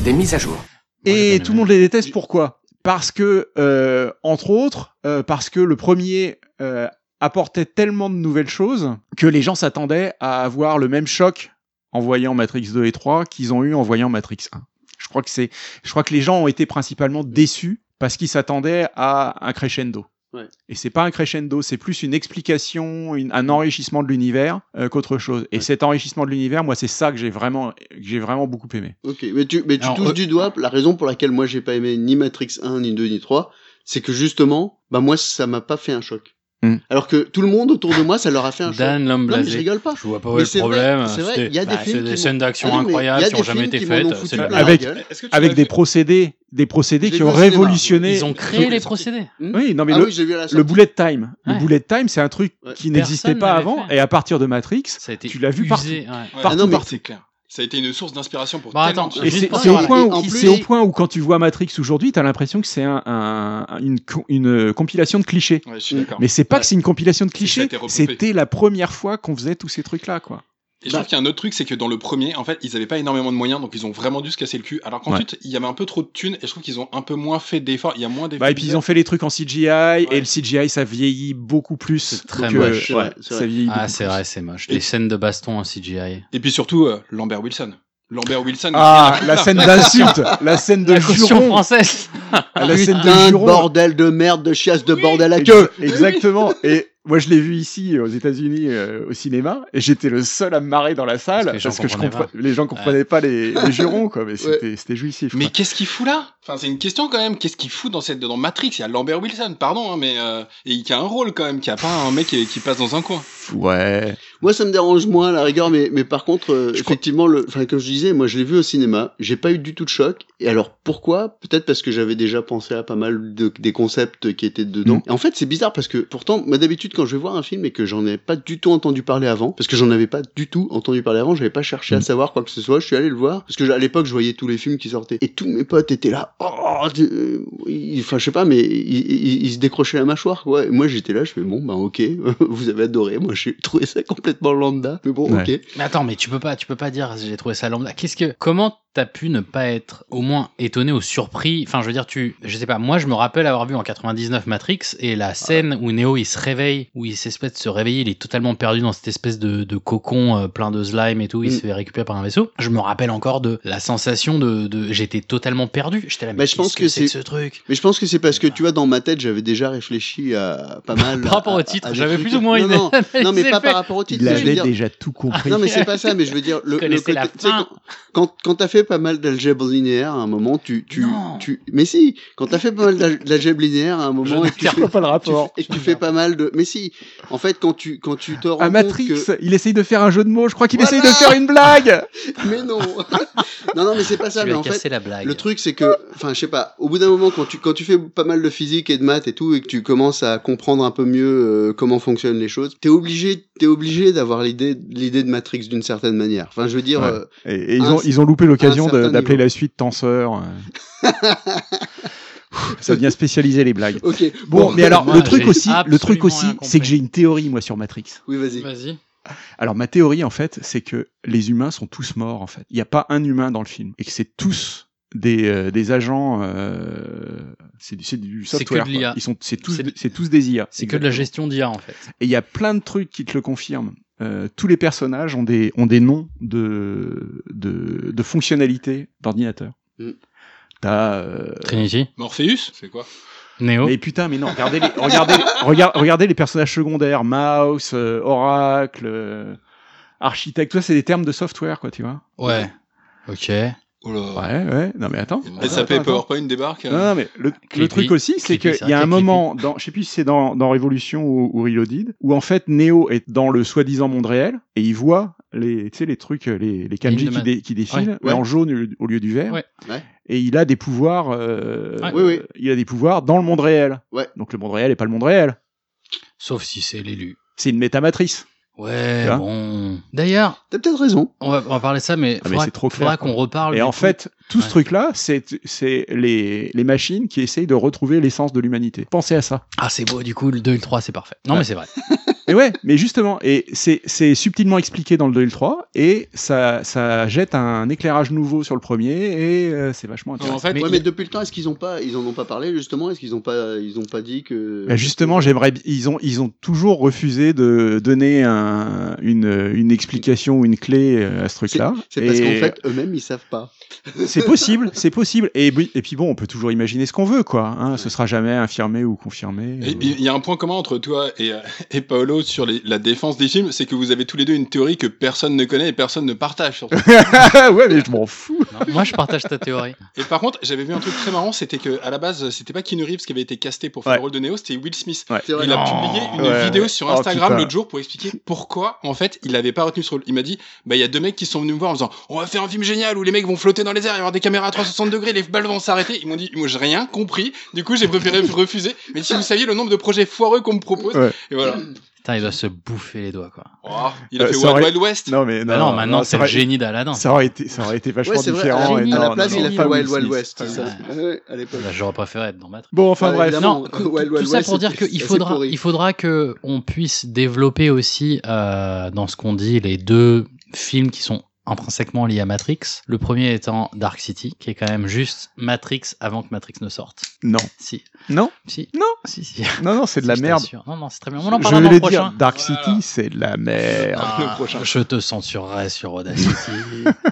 Speaker 12: Des mises à jour.
Speaker 7: Et tout le monde les déteste pourquoi Parce que, euh, entre autres, euh, parce que le premier euh, apportait tellement de nouvelles choses que les gens s'attendaient à avoir le même choc en voyant Matrix 2 et 3 qu'ils ont eu en voyant Matrix 1. Je crois que c'est, je crois que les gens ont été principalement déçus parce qu'ils s'attendaient à un crescendo.
Speaker 9: Ouais.
Speaker 7: Et c'est pas un crescendo, c'est plus une explication, une- un enrichissement de l'univers euh, qu'autre chose. Et cet enrichissement de l'univers, moi, c'est ça que j'ai vraiment, que j'ai vraiment beaucoup aimé.
Speaker 9: Ok, mais tu, mais tu
Speaker 7: Alors,
Speaker 9: touches
Speaker 7: euh,
Speaker 9: du doigt la raison pour laquelle moi j'ai pas aimé ni Matrix 1, ni 2, ni 3, c'est que justement, bah moi ça m'a pas fait un choc.
Speaker 7: Hmm.
Speaker 9: Alors que tout le monde autour de moi, ça leur a fait un choc.
Speaker 6: Dan l'homme
Speaker 9: Non, mais
Speaker 6: blasé.
Speaker 9: je rigole pas.
Speaker 6: Je vois pas où
Speaker 9: Mais
Speaker 6: est le
Speaker 9: c'est vrai,
Speaker 6: problème.
Speaker 9: C'est vrai,
Speaker 6: C'était-
Speaker 9: il y a des
Speaker 6: bah,
Speaker 9: films
Speaker 6: c'est des
Speaker 9: qui
Speaker 6: scènes
Speaker 9: m'ont-
Speaker 6: d'action
Speaker 9: Ah non, mais il y a
Speaker 6: incroyables qui
Speaker 9: des
Speaker 6: ont jamais
Speaker 9: films
Speaker 6: été
Speaker 9: qui m'en ont
Speaker 6: faites,
Speaker 9: foutu
Speaker 6: c'est
Speaker 9: plein
Speaker 6: la-
Speaker 9: la
Speaker 7: avec,
Speaker 9: gueule.
Speaker 7: avec des procédés, des procédés
Speaker 9: J'ai
Speaker 7: qui
Speaker 9: vu
Speaker 7: ont
Speaker 9: au cinéma.
Speaker 7: révolutionné.
Speaker 6: Ils ont créé les procédés.
Speaker 7: Oui, non mais
Speaker 9: Ah
Speaker 7: le,
Speaker 9: oui, j'ai vu à la
Speaker 7: le
Speaker 9: sortie.
Speaker 7: bullet time, le
Speaker 6: Ouais.
Speaker 7: bullet time, c'est un truc qui n'existait
Speaker 6: Personne
Speaker 7: pas
Speaker 6: n'avait
Speaker 7: avant et à partir de Matrix, tu l'as vu partout,
Speaker 6: usé, ouais.
Speaker 8: Ouais.
Speaker 7: partout,
Speaker 8: Ah non, mais
Speaker 7: partout.
Speaker 8: c'est clair. Ça a été une source d'inspiration pour
Speaker 6: Bah,
Speaker 8: tellement
Speaker 6: attends,
Speaker 8: de
Speaker 7: Et
Speaker 8: choses.
Speaker 7: c'est c'est au, point où- c'est au point où quand tu vois Matrix aujourd'hui, t'as l'impression que c'est un, un- une, co- une euh, compilation de clichés.
Speaker 8: Ouais, je suis d'accord.
Speaker 7: mais c'est pas
Speaker 8: Ouais.
Speaker 7: que c'est une compilation de
Speaker 8: que ça a
Speaker 7: clichés.
Speaker 8: été repompé.
Speaker 7: C'était la première fois qu'on faisait tous ces trucs-là, quoi.
Speaker 8: Et je trouve qu'il y a un autre truc, c'est que dans le premier, en fait, ils avaient pas énormément de moyens, donc ils ont vraiment dû se casser le cul. Alors qu'ensuite, il y avait un peu trop de thunes, et je trouve qu'ils ont un peu moins fait d'efforts. Il y a moins d'efforts.
Speaker 7: Bah, et puis ils ont fait les trucs en CGI et le CGI ça vieillit beaucoup plus.
Speaker 6: Très
Speaker 7: que-
Speaker 6: moche.
Speaker 7: ouais, ça vieillit
Speaker 6: ah,
Speaker 7: beaucoup
Speaker 6: c'est
Speaker 7: plus.
Speaker 6: vrai, c'est moche.
Speaker 8: Et-
Speaker 6: Les scènes de baston en CGI.
Speaker 8: Et puis surtout, euh, Lambert Wilson. Lambert Wilson.
Speaker 7: Ah,
Speaker 8: il a-
Speaker 7: la scène d'insulte, la scène de juron
Speaker 6: française.
Speaker 7: Ah, la scène de
Speaker 9: Putain
Speaker 7: Juron.
Speaker 9: bordel de merde, de chiasse, de bordel à queue.
Speaker 7: Exactement. Et moi, je l'ai vu ici, aux États-Unis, euh, au cinéma, et j'étais le seul à me marrer dans la salle
Speaker 8: les gens
Speaker 7: parce que, je
Speaker 8: comprenaient
Speaker 7: compre-
Speaker 8: pas.
Speaker 7: les gens comprenaient pas les, les jurons, quoi. Mais c'était c'était jouissif.
Speaker 8: Mais qu'est-ce qu'il fout là Enfin, c'est une question quand même. Qu'est-ce qu'il fout dans cette dans Matrix Il y a Lambert Wilson, pardon, hein, mais euh, et qui a un rôle quand même, qui a pas un mec qui, qui passe dans un coin.
Speaker 7: Ouais.
Speaker 9: Moi, ça me dérange moins à la rigueur, mais, mais par contre, euh, effectivement, le, enfin, comme je disais, moi, je l'ai vu au cinéma, j'ai pas eu du tout de choc. Et alors, pourquoi Peut-être parce que j'avais déjà pensé à pas mal de, des concepts qui étaient dedans. Et en fait, c'est bizarre parce que, pourtant, moi, d'habitude, quand je vais voir un film et que j'en ai pas du tout entendu parler avant, parce que j'en avais pas du tout entendu parler avant, j'avais pas cherché à savoir quoi que ce soit, je suis allé le voir, parce que à l'époque, je voyais tous les films qui sortaient. Et tous mes potes étaient là, oh, tu- euh, ils- enfin, je sais pas, mais ils, ils- ils se décrochaient la mâchoire, quoi. Et moi, j'étais là, je fais, bon, bah, ok, vous avez adoré, moi, j'ai trouvé ça complètement lambda, mais bon, ok.
Speaker 6: Mais attends, mais tu peux pas, tu peux pas dire j'ai trouvé ça lambda. Qu'est-ce que comment t'as pu ne pas être au moins étonné ou surpris Enfin, je veux dire, tu, je sais pas. Moi, je me rappelle avoir vu en 99 Matrix et la scène où Neo il se réveille, où il s'espèce de se réveiller, il est totalement perdu dans cette espèce de, de cocon euh, plein de slime et tout. Il
Speaker 9: Mm.
Speaker 6: se fait récupérer par un vaisseau. Je me rappelle encore de la sensation de, de j'étais totalement perdu. J'étais là, mais,
Speaker 9: Mais je pense
Speaker 6: qu'est-ce
Speaker 9: que c'est
Speaker 6: ce truc.
Speaker 9: Mais je pense que c'est parce que tu vois dans ma tête j'avais déjà réfléchi à pas mal.
Speaker 6: Par rapport
Speaker 9: à-
Speaker 6: au
Speaker 9: à-
Speaker 6: titre,
Speaker 9: à des
Speaker 6: j'avais
Speaker 9: trucs-
Speaker 6: plus ou moins
Speaker 9: non,
Speaker 6: une-
Speaker 9: non, non, mais
Speaker 6: analyse
Speaker 9: pas
Speaker 6: faite.
Speaker 9: par rapport au titre.
Speaker 7: Il
Speaker 9: mais je veux
Speaker 7: avait
Speaker 9: dire- Ah,
Speaker 7: déjà tout compris.
Speaker 9: Non mais c'est pas ça, mais je veux dire le,
Speaker 6: Je connaissais la
Speaker 9: tu sais,
Speaker 6: fin.
Speaker 9: quand quand- quand t'as fait pas mal d'algèbre linéaire à un moment tu tu tu mais si quand t'as fait pas mal d'al- d'algèbre linéaire à un moment et que tu fais
Speaker 7: pas le rapport.
Speaker 9: et que tu fais pas mal de mais si en fait quand tu quand tu te rends
Speaker 7: À
Speaker 9: compte
Speaker 7: Matrix,
Speaker 9: que-
Speaker 7: il essaye de faire un jeu de mots. Je crois qu'il
Speaker 9: Voilà
Speaker 7: essaye de faire une blague.
Speaker 9: mais non. non, non, mais c'est pas ça.
Speaker 6: Tu
Speaker 9: mais
Speaker 6: lui as
Speaker 9: en
Speaker 6: cassé
Speaker 9: fait,
Speaker 6: la blague.
Speaker 9: le truc, c'est que, enfin, je sais pas, au bout d'un moment, quand tu, quand tu fais pas mal de physique et de maths et tout, et que tu commences à comprendre un peu mieux euh, comment fonctionnent les choses, t'es obligé, t'es obligé d'avoir l'idée, l'idée de Matrix d'une certaine manière. Enfin, je veux dire.
Speaker 7: Ouais.
Speaker 9: euh,
Speaker 7: Et, et ils,
Speaker 9: à un
Speaker 7: ont, ils ont loupé
Speaker 9: à un
Speaker 7: l'occasion de-
Speaker 9: certain
Speaker 7: d'appeler
Speaker 9: niveau.
Speaker 7: la suite Tenseur. euh. Ouh, Ça devient spécialisé les blagues.
Speaker 9: Ok.
Speaker 7: Bon,
Speaker 9: Bon,
Speaker 7: mais alors
Speaker 9: moi,
Speaker 7: le truc
Speaker 9: j'ai
Speaker 7: aussi, le truc
Speaker 9: absolument
Speaker 7: aussi,
Speaker 9: rien
Speaker 7: c'est
Speaker 9: compris.
Speaker 7: que j'ai une théorie moi sur Matrix.
Speaker 9: Oui, vas-y.
Speaker 6: Vas-y.
Speaker 7: Alors ma théorie en fait, c'est que les humains sont tous morts en fait. Il n'y a pas un humain dans le film et que c'est tous des, euh, des agents. euh, c'est du, c'est du
Speaker 6: C'est que
Speaker 7: software.
Speaker 6: de
Speaker 7: quoi.
Speaker 6: l'IA.
Speaker 7: Ils sont c'est tous
Speaker 6: C'est de-
Speaker 7: c'est tous des IA.
Speaker 6: C'est que de la
Speaker 7: Exactement.
Speaker 6: gestion d'IA en fait.
Speaker 7: Et il y a plein de trucs qui te le confirment. Euh, tous les personnages ont des, ont des noms de, de, de fonctionnalités d'ordinateur.
Speaker 9: Mm.
Speaker 7: T'as. euh,
Speaker 6: Trinity,
Speaker 8: Morpheus, c'est quoi
Speaker 6: Neo.
Speaker 7: Mais putain, mais non, regardez les, regardez, regard- regardez les personnages secondaires Mouse, euh, Oracle, euh, Architecte, tout ça, c'est des termes de software, quoi, tu vois.
Speaker 6: Ouais. Ok.
Speaker 8: Oh
Speaker 7: Ouais, ouais. Non, mais attends.
Speaker 8: SAP
Speaker 7: Attends, attends.
Speaker 8: PowerPoint débarque. hein.
Speaker 7: Non, non, mais le,
Speaker 8: Clippy.
Speaker 7: le truc aussi, c'est
Speaker 8: Clippy,
Speaker 7: qu'il
Speaker 8: c'est
Speaker 7: y a
Speaker 8: vrai,
Speaker 7: un
Speaker 8: Clippy.
Speaker 7: moment, dans, je sais plus si c'est dans, dans Révolution ou, ou Reloaded, où en fait Neo est dans le soi-disant monde réel et il voit les, tu sais, les trucs, euh, les, les kanji
Speaker 8: Lignes de
Speaker 7: qui,
Speaker 8: maths.
Speaker 7: dé- qui défilent,
Speaker 8: Ouais.
Speaker 7: mais
Speaker 8: Ouais.
Speaker 7: en jaune au lieu du vert.
Speaker 8: Ouais.
Speaker 9: Ouais.
Speaker 7: Et il a des pouvoirs. euh,
Speaker 9: Ouais. Oui, oui.
Speaker 7: Il a des pouvoirs dans le monde réel.
Speaker 9: Ouais.
Speaker 7: Donc le monde réel est pas le monde réel.
Speaker 6: Sauf si c'est l'élu.
Speaker 7: C'est une métamatrice.
Speaker 6: Ouais,
Speaker 7: Tu vois
Speaker 6: bon. D'ailleurs.
Speaker 9: T'as peut-être raison.
Speaker 6: On va, on va parler de ça, mais,
Speaker 7: Ah, mais
Speaker 6: faudra,
Speaker 7: c'est trop
Speaker 6: faudra
Speaker 7: clair.
Speaker 6: qu'on reparle.
Speaker 7: Et
Speaker 6: Oh, du
Speaker 7: en
Speaker 6: coup.
Speaker 7: fait, tout ce
Speaker 6: Ouais.
Speaker 7: truc-là, c'est c'est les, les machines qui essayent de retrouver l'essence de l'humanité. Pensez à ça.
Speaker 6: Ah, c'est beau, du coup, le 2 et le 3, c'est parfait. Non,
Speaker 7: Ouais.
Speaker 6: mais c'est vrai.
Speaker 7: Et ouais, mais justement, et c'est c'est subtilement expliqué dans le 2003 et ça, ça jette un éclairage nouveau sur le premier et euh, c'est vachement
Speaker 9: Ouais,
Speaker 7: intéressant.
Speaker 9: mais, depuis le temps, est-ce qu'ils ont pas, ils en ont pas parlé justement Est-ce qu'ils ont pas, ils ont pas dit que
Speaker 7: Bah, justement, j'aimerais. bi- Ils ont, ils ont toujours refusé de donner un- une, une explication ou une clé euh, à ce
Speaker 9: C'est
Speaker 7: truc-là.
Speaker 9: c'est parce
Speaker 7: Et-
Speaker 9: qu'en fait, eux-mêmes, ils savent pas.
Speaker 7: C'est possible, c'est possible. Et, oui, et puis bon, on peut toujours imaginer ce qu'on veut, quoi. Hein, ce sera jamais infirmé ou confirmé.
Speaker 8: Et- Il y a un point commun entre toi et, euh, et Paolo sur les- la défense des films, c'est que vous avez tous les deux une théorie que personne ne connaît et personne ne partage. surtout.
Speaker 7: ouais, mais je m'en fous.
Speaker 6: Moi, je partage ta théorie.
Speaker 8: Et par contre, j'avais vu un truc très marrant, c'était que à la base, c'était pas Keanu Reeves qui avait été casté pour faire le rôle de Neo, c'était Will Smith.
Speaker 9: C'est vrai.
Speaker 8: Il a
Speaker 9: Non.
Speaker 8: publié une
Speaker 9: Oh, Ouais,
Speaker 8: vidéo
Speaker 9: ouais.
Speaker 8: sur
Speaker 9: Oh,
Speaker 8: Instagram
Speaker 9: putain.
Speaker 8: l'autre jour pour expliquer pourquoi en fait il avait pas retenu ce rôle. Il m'a dit, bah il y a deux mecs qui sont venus me voir en disant, on va faire un film génial où les mecs vont flotter dans les airs, il va y avoir des caméras à 360 degrés, les balles vont s'arrêter. Ils m'ont dit, moi j'ai rien compris. Du coup, j'ai préféré refuser. Mais si vous saviez le nombre de projets foireux qu'on me propose,
Speaker 7: Ouais.
Speaker 8: et voilà.
Speaker 6: Putain, il doit se bouffer les doigts, quoi.
Speaker 8: Oh, il a
Speaker 7: Euh,
Speaker 8: fait
Speaker 7: ça
Speaker 8: Wild
Speaker 7: aurait-
Speaker 8: Wild West.
Speaker 7: Non, mais non.
Speaker 6: Bah non, maintenant, c'est
Speaker 7: ça
Speaker 6: le
Speaker 7: aurait-
Speaker 6: génie d'Aladin.
Speaker 7: Ça aurait été, ça aurait été vachement
Speaker 9: Ouais, c'est vrai.
Speaker 7: différent.
Speaker 9: à
Speaker 7: et
Speaker 9: la, à
Speaker 7: non,
Speaker 9: la
Speaker 7: non,
Speaker 9: place,
Speaker 7: non,
Speaker 9: il a
Speaker 7: non,
Speaker 9: fait
Speaker 7: pas
Speaker 9: Wild
Speaker 7: Will
Speaker 9: Wild
Speaker 7: Smith.
Speaker 9: West. c'est ça. Ouais, à l'époque.
Speaker 6: Bah, J'aurais préféré être dans Matrix.
Speaker 7: Bon, enfin
Speaker 9: Ouais,
Speaker 7: bref.
Speaker 9: évidemment,
Speaker 6: Non,
Speaker 9: euh,
Speaker 6: tout-
Speaker 9: Wild Wild
Speaker 6: tout ça
Speaker 9: West,
Speaker 6: pour dire
Speaker 9: c'est-
Speaker 6: qu'il
Speaker 9: c'est
Speaker 6: faudra,
Speaker 9: pourri.
Speaker 6: il faudra que on puisse développer aussi euh, dans ce qu'on dit les deux films qui sont intrinsèquement liés à Matrix. Le premier étant Dark City, qui est quand même juste Matrix avant que Matrix ne sorte.
Speaker 7: Non.
Speaker 6: Si.
Speaker 7: Non.
Speaker 6: Si.
Speaker 7: Non.
Speaker 6: Si, si.
Speaker 7: Non, non, c'est de
Speaker 6: Si,
Speaker 7: la
Speaker 6: je
Speaker 7: merde.
Speaker 6: t'assure. Non, non, c'est très bien. On en
Speaker 7: Je
Speaker 6: parlera
Speaker 7: vais
Speaker 6: dans le
Speaker 7: le
Speaker 6: prochain.
Speaker 7: dire, Dark City, c'est de la merde.
Speaker 8: euh,
Speaker 6: Ah, Je te censurerai sur Audacity.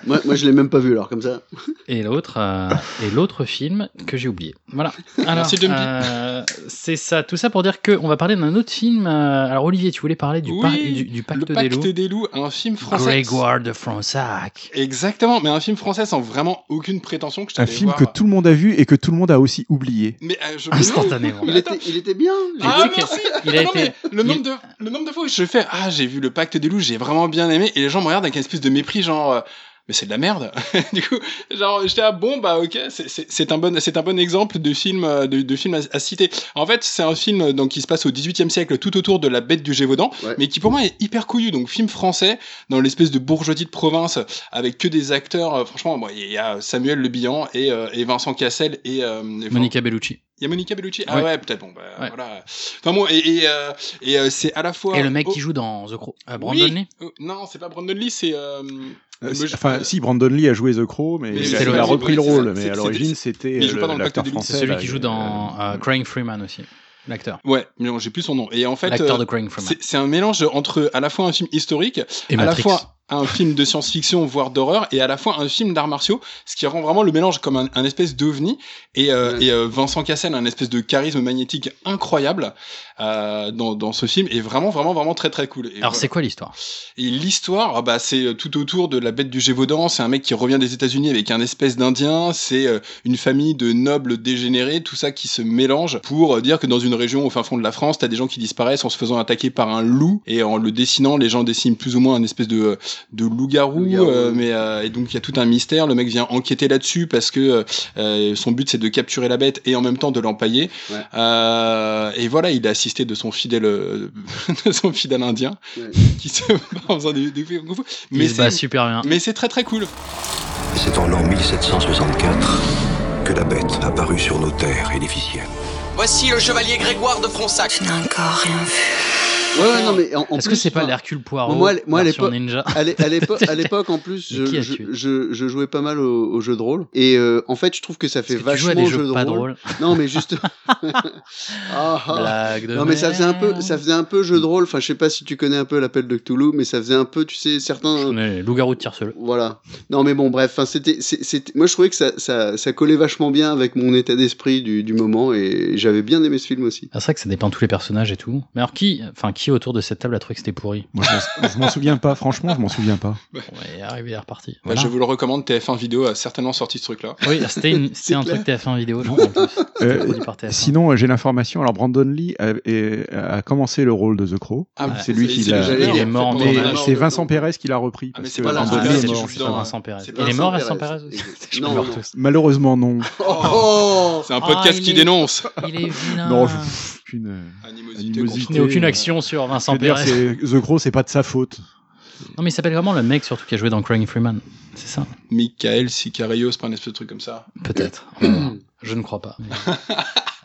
Speaker 9: Moi, moi, je l'ai même pas vu alors comme ça.
Speaker 6: et l'autre, euh, et l'autre film que j'ai oublié. Voilà. Alors,
Speaker 8: Merci, Jumpy.
Speaker 6: euh, c'est ça. Tout ça pour dire que on va parler d'un autre film. euh, alors Olivier, tu voulais parler du,
Speaker 8: Oui,
Speaker 6: par- du, du
Speaker 8: Le
Speaker 6: pacte,
Speaker 8: Pacte
Speaker 6: des loups.
Speaker 8: des loups, un film français.
Speaker 6: Grégoire de Fronsac.
Speaker 8: Exactement, mais un film français sans vraiment aucune prétention que je
Speaker 7: Un
Speaker 8: t'allais
Speaker 7: film
Speaker 8: voir.
Speaker 7: que tout le monde a vu et que tout le monde a aussi oublié.
Speaker 8: Mais euh, je...
Speaker 6: Instantanément.
Speaker 8: Mais
Speaker 9: Il était, il était bien.
Speaker 8: Ah,
Speaker 6: truc est-
Speaker 8: merci
Speaker 6: il a
Speaker 8: Non,
Speaker 6: été-
Speaker 8: mais le nombre de le nombre de fois où je fais ah j'ai vu le Pacte des loups j'ai vraiment bien aimé et les gens me regardent avec une espèce de mépris genre euh, mais c'est de la merde du coup genre j'étais ah bon bah ok c'est- c'est c'est un bon c'est un bon exemple de film euh, de, de film à, à citer en fait c'est un film euh, donc qui se passe au 18e siècle tout autour de la bête du Gévaudan
Speaker 9: Ouais.
Speaker 8: mais qui pour moi est hyper couillu donc film français dans l'espèce de bourgeoisie de province avec que des acteurs euh, franchement bon, il y a Samuel Le Bihan et, euh, et Vincent Cassel et, euh, et
Speaker 6: Monica Bellucci.
Speaker 8: il y a Monica Bellucci ah ouais,
Speaker 6: Ouais.
Speaker 8: peut-être bon bah voilà enfin bon et et, euh, et, euh, c'est à la fois
Speaker 6: Et le mec
Speaker 8: oh,
Speaker 6: qui joue dans The Crow. Euh, Brandon
Speaker 8: oui.
Speaker 6: Lee.
Speaker 8: Euh, non c'est pas Brandon Lee c'est euh,
Speaker 7: Euh,
Speaker 8: euh,
Speaker 7: c'est-
Speaker 8: moi, je-
Speaker 7: Enfin, si Brandon Lee a joué The Crow, mais,
Speaker 8: Mais
Speaker 7: il,
Speaker 8: c'est
Speaker 7: a,
Speaker 8: le-
Speaker 7: il a
Speaker 8: oui,
Speaker 7: repris le
Speaker 8: c'est ça, c'est-
Speaker 7: rôle. Mais à
Speaker 8: c'est-
Speaker 7: l'origine,
Speaker 8: c'est-
Speaker 7: c'était
Speaker 8: mais il joue pas
Speaker 7: euh,
Speaker 8: dans le
Speaker 7: l'acteur
Speaker 8: Pacte des Loups,
Speaker 7: français.
Speaker 6: C'est celui
Speaker 7: là,
Speaker 6: qui
Speaker 7: euh,
Speaker 6: joue dans euh, Crying Freeman aussi, l'acteur.
Speaker 8: ouais mais non, j'ai plus son nom et en fait
Speaker 6: L'acteur
Speaker 8: euh,
Speaker 6: de Crying Freeman.
Speaker 8: c'est c'est un mélange entre à la fois un film historique
Speaker 6: Et
Speaker 8: à la
Speaker 6: Matrix.
Speaker 8: fois un film de science-fiction voire d'horreur et à la fois un film d'arts martiaux ce qui rend vraiment le mélange comme un, un espèce d'ovni et, euh, et euh, Vincent Cassel a un espèce de charisme magnétique incroyable euh, dans, dans ce film est vraiment vraiment vraiment très très cool Et
Speaker 6: Alors
Speaker 8: voilà.
Speaker 6: c'est quoi l'histoire
Speaker 8: Et l'histoire, ah bah, c'est euh, tout autour de la bête du Gévaudan. C'est un mec qui revient des États-Unis avec un espèce d'Indien. C'est euh, une famille de nobles dégénérés, tout ça qui se mélange pour euh, dire que dans une région au fin fond de la France, t'as des gens qui disparaissent en se faisant attaquer par un loup et en le dessinant, les gens dessinent plus ou moins un espèce de euh, de loup-garou.
Speaker 9: Loup-garou.
Speaker 8: euh, mais euh, et donc il y a tout un mystère. Le mec vient enquêter là-dessus parce que euh, euh, son but c'est de capturer la bête et en même temps de l'empailler.
Speaker 9: Ouais.
Speaker 8: Euh, et voilà, il est assisté de son fidèle euh, de son fidèle Indien
Speaker 9: Ouais.
Speaker 8: qui se bat en faisant des, des coups de kung-fu.
Speaker 6: Il se bat
Speaker 8: c'est-
Speaker 6: super bien.
Speaker 8: mais c'est très très cool. Bah,
Speaker 12: C'est en l'an 1764 que la bête apparut sur nos terres édificielles.
Speaker 15: Voici le chevalier Grégoire de Fronsac. Je n'ai encore rien vu.
Speaker 9: Ouais, ouais, non, mais en, en plus,
Speaker 6: Est-ce que c'est pas
Speaker 9: enfin,
Speaker 6: l'Hercule Poirot
Speaker 9: Moi, à l- moi, à
Speaker 6: version
Speaker 9: l'époque,
Speaker 6: ninja
Speaker 9: à l'é- à l'époque, à l'époque, en plus,
Speaker 6: Mais qui
Speaker 9: je,
Speaker 6: a
Speaker 9: je,
Speaker 6: tué
Speaker 9: je- je jouais pas mal au, au jeu de rôle. Et euh, en fait, je trouve que ça fait
Speaker 6: Est-ce que tu joues
Speaker 9: vachement
Speaker 6: à des
Speaker 9: jeu
Speaker 6: jeux
Speaker 9: de
Speaker 6: pas
Speaker 9: rôle.
Speaker 6: drôles
Speaker 9: Non, mais juste. Ah, ah.
Speaker 6: Blague de
Speaker 9: non, mais ça faisait un peu,
Speaker 6: merde.
Speaker 9: ça faisait un peu jeu de rôle. Enfin, je sais pas si tu connais un peu l'appel de Cthulhu, mais ça faisait un peu, tu sais, certains.
Speaker 6: Mais Loup-garou de Tierceleu.
Speaker 9: Voilà. Non, mais bon, bref. Enfin, c'était, c'est- c'était. Moi, je trouvais que ça, ça, ça collait vachement bien avec mon état d'esprit du, du moment et j'avais bien aimé ce film aussi.
Speaker 6: Ah, c'est vrai que ça dépend de tous les personnages et tout. Mais alors, qui, enfin, qui autour de cette table a trouvé que c'était pourri
Speaker 7: Moi, je m'en- je m'en souviens pas, franchement, je m'en souviens pas.
Speaker 6: Ouais, arrivé, il est reparti.
Speaker 8: Bah,
Speaker 6: Voilà.
Speaker 8: Je vous le recommande, TF1 Vidéo a certainement sorti ce truc-là.
Speaker 6: Oui, c'était une- c'était un truc TF1 vidéo, je crois, en plus. C'était
Speaker 7: Euh,
Speaker 6: produit par TF1.
Speaker 7: sinon, euh, j'ai l'information. Alors, Brandon Lee a, est- a commencé le rôle de The Crow.
Speaker 6: Ah,
Speaker 7: c'est
Speaker 6: ouais.
Speaker 7: lui
Speaker 6: C'est-
Speaker 7: qui
Speaker 6: c'est
Speaker 7: l'a.
Speaker 6: le générique. Il est mort
Speaker 9: Ah,
Speaker 6: en
Speaker 7: Mais
Speaker 6: tournage.
Speaker 7: C'est Vincent Perez qui l'a repris.
Speaker 8: Ah, mais
Speaker 7: parce
Speaker 8: c'est
Speaker 7: que
Speaker 8: pas Vincent
Speaker 7: Brandon Lee
Speaker 8: Perez,
Speaker 7: est
Speaker 8: c'est
Speaker 7: mort.
Speaker 8: juste dans- Vincent
Speaker 6: Perez.
Speaker 8: C'est
Speaker 6: Il est mort,
Speaker 8: Vincent
Speaker 6: Vincent Perez aussi
Speaker 9: Je Non,
Speaker 7: non. Malheureusement, non.
Speaker 8: Oh. C'est un podcast
Speaker 6: Ah, il
Speaker 8: qui
Speaker 6: est-
Speaker 8: dénonce.
Speaker 6: Il est vilain.
Speaker 7: Non, je- pff, aucune euh, animosité.
Speaker 6: Je n'ai aucune action sur Vincent
Speaker 7: Je veux dire,
Speaker 6: Perez.
Speaker 7: c'est- The Crow, c'est pas de sa faute.
Speaker 6: Non, mais il s'appelle vraiment le mec, surtout, qui a joué dans Crying Freeman. C'est ça
Speaker 8: Michael Sicario, c'est pas un espèce de truc comme ça.
Speaker 6: Peut-être. Je ne crois pas.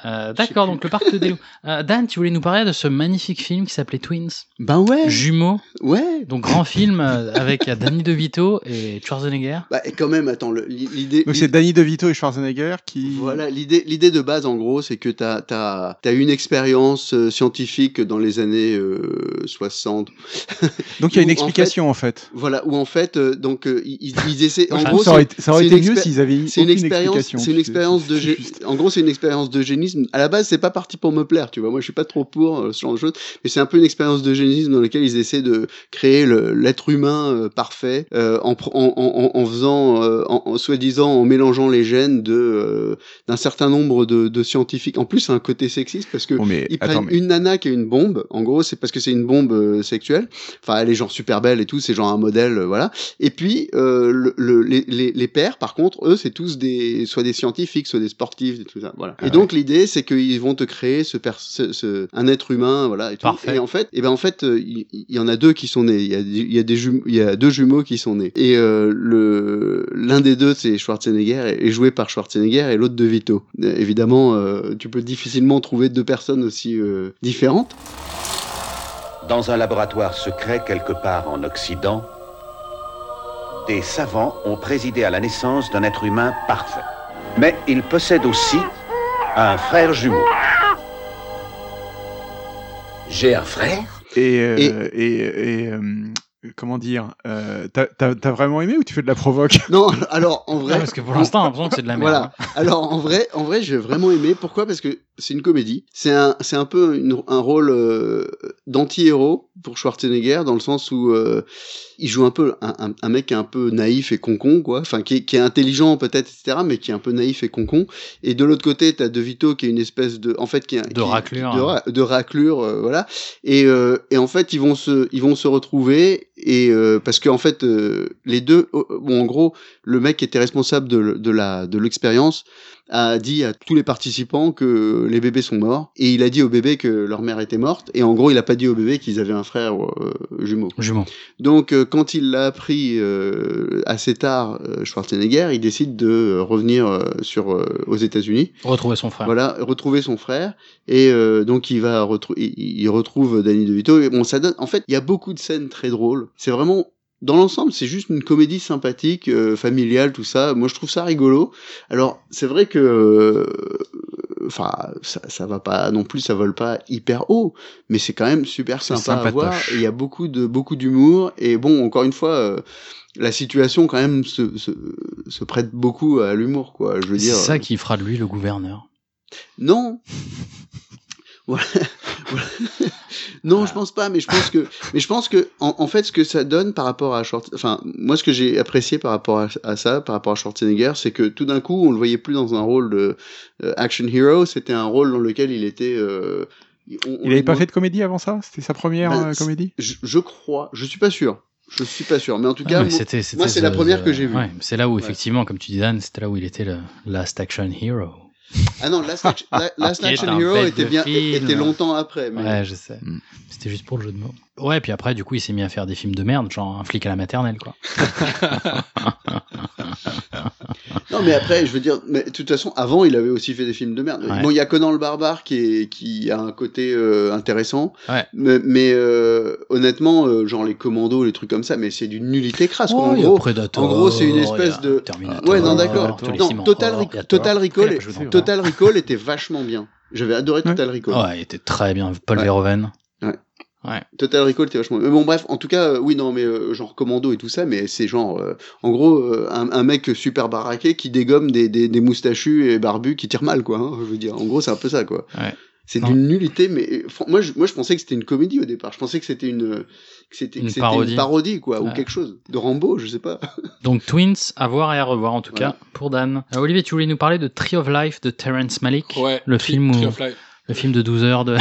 Speaker 6: Euh, D'accord, donc le parc de Délo. Euh, Dan, tu voulais nous parler de ce magnifique film qui s'appelait Twins.
Speaker 9: Ben ouais.
Speaker 6: Jumeaux.
Speaker 9: Ouais.
Speaker 6: Donc grand film euh, avec euh, Danny DeVito et Schwarzenegger.
Speaker 9: Bah, et quand même, attends, le- l'i- l'idée.
Speaker 7: Donc, c'est Danny DeVito et Schwarzenegger qui.
Speaker 9: Voilà, l'idée, l'idée de base, en gros, c'est que tu as, une expérience euh, scientifique dans les années euh, 60.
Speaker 7: Donc, il y a une
Speaker 9: Où, en
Speaker 7: explication, en fait.
Speaker 9: Voilà, où en fait, euh, donc, euh, ils, ils- ils essaient. En
Speaker 7: Enfin,
Speaker 9: gros,
Speaker 7: ça aurait
Speaker 9: c'est-
Speaker 7: été- ça aurait
Speaker 9: c'est
Speaker 7: été
Speaker 9: une
Speaker 7: mieux
Speaker 9: expé-
Speaker 7: s'ils avaient eu
Speaker 9: C'est une
Speaker 7: aucune
Speaker 9: expérience,
Speaker 7: explication,
Speaker 9: c'est une
Speaker 7: parce que
Speaker 9: expérience de. gé- En gros, c'est une expérience de génisme. À la base, c'est pas parti pour me plaire, tu vois. Moi, je suis pas trop pour euh, ce genre de choses, mais c'est un peu une expérience de génisme dans laquelle ils essaient de créer le- l'être humain euh, parfait euh, en, pr- en, en, en- en faisant, euh, en, en soi-disant, en mélangeant les gènes de euh, d'un certain nombre de, de scientifiques. En plus, c'est un côté sexiste parce que ils prennent
Speaker 7: attends, Oh, mais-
Speaker 9: une nana qui a une bombe. En gros, c'est parce que c'est une bombe euh, sexuelle. Enfin, elle est genre super belle et tout, c'est genre un modèle, euh, voilà. Et puis euh, le, le- les, les, les pères, par contre, eux, c'est tous des soit des scientifiques, soit des sportifs, et tout ça, voilà.
Speaker 7: Ah
Speaker 9: et donc l'idée, c'est qu'ils vont te créer ce, pers- ce, ce- un être humain, voilà. Et, tout.
Speaker 6: Parfait.
Speaker 9: et en fait, et ben en fait, euh, il il y, en a deux qui sont nés. Il y a, du- il y a des jume- il y a deux jumeaux qui sont nés. Et euh, le l'un des deux, c'est Schwarzenegger, est est joué par Schwarzenegger, et l'autre de Vito. Euh, Évidemment, euh, tu peux difficilement trouver deux personnes aussi euh, différentes.
Speaker 16: Dans un laboratoire secret quelque part en Occident, des savants ont présidé à la naissance d'un être humain parfait. Mais ils possèdent aussi un frère jumeau. J'ai un frère
Speaker 7: Et, euh, et, et, euh, comment dire, euh, t'as- t'as t'as vraiment aimé ou tu fais de la provoque
Speaker 9: Non, alors en vrai.
Speaker 7: Ah, parce que pour l'instant,
Speaker 6: j'ai l'impression que c'est de la merde.
Speaker 9: Voilà. Alors en vrai, en vrai, j'ai vraiment aimé. Pourquoi Parce que c'est une comédie. C'est un, c'est un peu une- un rôle euh, d'anti-héros pour Schwarzenegger dans le sens où euh, il joue un peu un, un- un mec un peu naïf et concon, quoi. Enfin, qui est, qui est intelligent peut-être, etc., mais qui est un peu naïf et concon. Et de l'autre côté, t'as De Vito qui est une espèce de, en fait, qui est
Speaker 6: De raclure.
Speaker 9: de, ra- de raclure, euh, voilà. Et, euh, et en fait, ils vont se, ils vont se retrouver et euh, parce qu'en fait, euh, les deux, euh, bon, en gros, le mec qui était responsable de, le- de la, de l'expérience a dit à tous les participants que les bébés sont morts et il a dit aux bébés que leur mère était morte et en gros, il a pas dit aux bébés qu'ils avaient un frère euh, jumeau.
Speaker 6: Jumeau.
Speaker 9: Donc, euh, quand il l'a appris euh, assez tard, euh, Schwarzenegger, il décide de euh, revenir euh, sur euh, aux États-Unis.
Speaker 6: Retrouver son frère.
Speaker 9: Voilà, retrouver son frère et euh, donc il va retrou- il, il- il retrouve Danny DeVito et bon ça donne en fait il y a beaucoup de scènes très drôles. C'est vraiment dans l'ensemble, c'est juste une comédie sympathique, euh, familiale, tout ça. Moi, je trouve ça rigolo. Alors, c'est vrai que, euh, enfin, ça, ça va pas non plus, ça vole pas hyper haut, mais c'est quand même super
Speaker 7: C'est
Speaker 9: sympa à voir.
Speaker 7: sympatoche.
Speaker 9: Et Il y a beaucoup de beaucoup d'humour et bon, encore une fois, euh, la situation quand même se, se, se prête beaucoup à l'humour, quoi. Je veux
Speaker 6: C'est
Speaker 9: dire. euh,
Speaker 6: ça qui fera de lui le gouverneur.
Speaker 9: Non. Voilà. Voilà. non, je pense pas, mais je pense que, mais je pense que, en, en fait, ce que ça donne par rapport à Schwarzenegger, enfin, moi, ce que j'ai apprécié par rapport à, à ça, par rapport à Schwarzenegger, c'est que tout d'un coup, on le voyait plus dans un rôle de euh, action hero, c'était un rôle dans lequel il était. euh, on- on
Speaker 7: Il avait
Speaker 9: lui
Speaker 7: pas
Speaker 9: demandait-
Speaker 7: fait de comédie avant ça C'était sa première
Speaker 9: Ben,
Speaker 7: euh, comédie
Speaker 9: je, je crois, je suis pas sûr, je suis pas sûr, mais en tout
Speaker 6: Ah,
Speaker 9: cas,
Speaker 6: mais
Speaker 9: moi,
Speaker 6: c'était- c'était
Speaker 9: moi, c'est
Speaker 6: the-
Speaker 9: la première
Speaker 6: the-
Speaker 9: que j'ai vue.
Speaker 6: ouais, c'est là où, effectivement, comme tu dis, Dan, c'était là où il était le Last Action Hero.
Speaker 9: Ah non, Last Action, La- Last
Speaker 6: Qui est
Speaker 9: Action
Speaker 6: un
Speaker 9: Hero
Speaker 6: bête
Speaker 9: était
Speaker 6: de
Speaker 9: bien,
Speaker 6: film.
Speaker 9: était longtemps après, mais.
Speaker 6: Ouais, je sais. C'était juste pour le jeu de mots. Ouais, puis après, du coup, il s'est mis à faire des films de merde, genre un flic à la maternelle, quoi.
Speaker 9: Ah, Non, mais après, je veux dire, mais de toute façon, avant, il avait aussi fait des films de merde.
Speaker 6: Ouais.
Speaker 9: Bon, il y a Conan le Barbare qui, est, qui a un côté euh, intéressant,
Speaker 6: Ouais.
Speaker 9: mais, mais, euh, honnêtement, euh, genre les commandos, les trucs comme ça, mais c'est d'une nullité crasse. quoi.
Speaker 6: Oh,
Speaker 9: en,
Speaker 6: il y a
Speaker 9: gros,
Speaker 6: Predator,
Speaker 9: en gros, c'est une
Speaker 6: il y a
Speaker 9: espèce de.
Speaker 6: Terminator,
Speaker 9: Ouais, non,
Speaker 6: il y a
Speaker 9: d'accord.
Speaker 6: tous les
Speaker 9: Non,
Speaker 6: films
Speaker 9: Total,
Speaker 6: horror,
Speaker 9: Re-
Speaker 6: il y a
Speaker 9: Total
Speaker 6: Thor.
Speaker 9: Recall,
Speaker 6: Après, je vous en-
Speaker 9: Total Recall était vachement bien. J'avais adoré Total Recall.
Speaker 6: Ouais, il était très bien. Paul Verhoeven.
Speaker 9: Total Recall était vachement. Mais bon, bref, en tout cas, euh, oui, non, mais euh, genre commando et tout ça, mais c'est genre, euh, en gros, euh, un, un mec super baraqué qui dégomme des, des, des moustachus et barbus qui tirent mal, quoi. hein, je veux dire, en gros, c'est un peu ça, quoi. C'est d'une nullité, mais euh, fran- moi je, moi, je pensais que c'était une comédie au départ. Je pensais que c'était une, euh, que c'était, que
Speaker 6: Une
Speaker 9: c'était
Speaker 6: parodie.
Speaker 9: une parodie, quoi,
Speaker 6: Ouais.
Speaker 9: ou quelque chose. De Rambo, je sais pas.
Speaker 6: Donc Twins, à voir et à revoir en tout
Speaker 9: Voilà.
Speaker 6: cas pour Dan. Euh, Olivier, tu voulais nous parler de Tree of Life de Terrence Malick, le film où-
Speaker 8: Tree of Life.
Speaker 6: le film de 12 heures de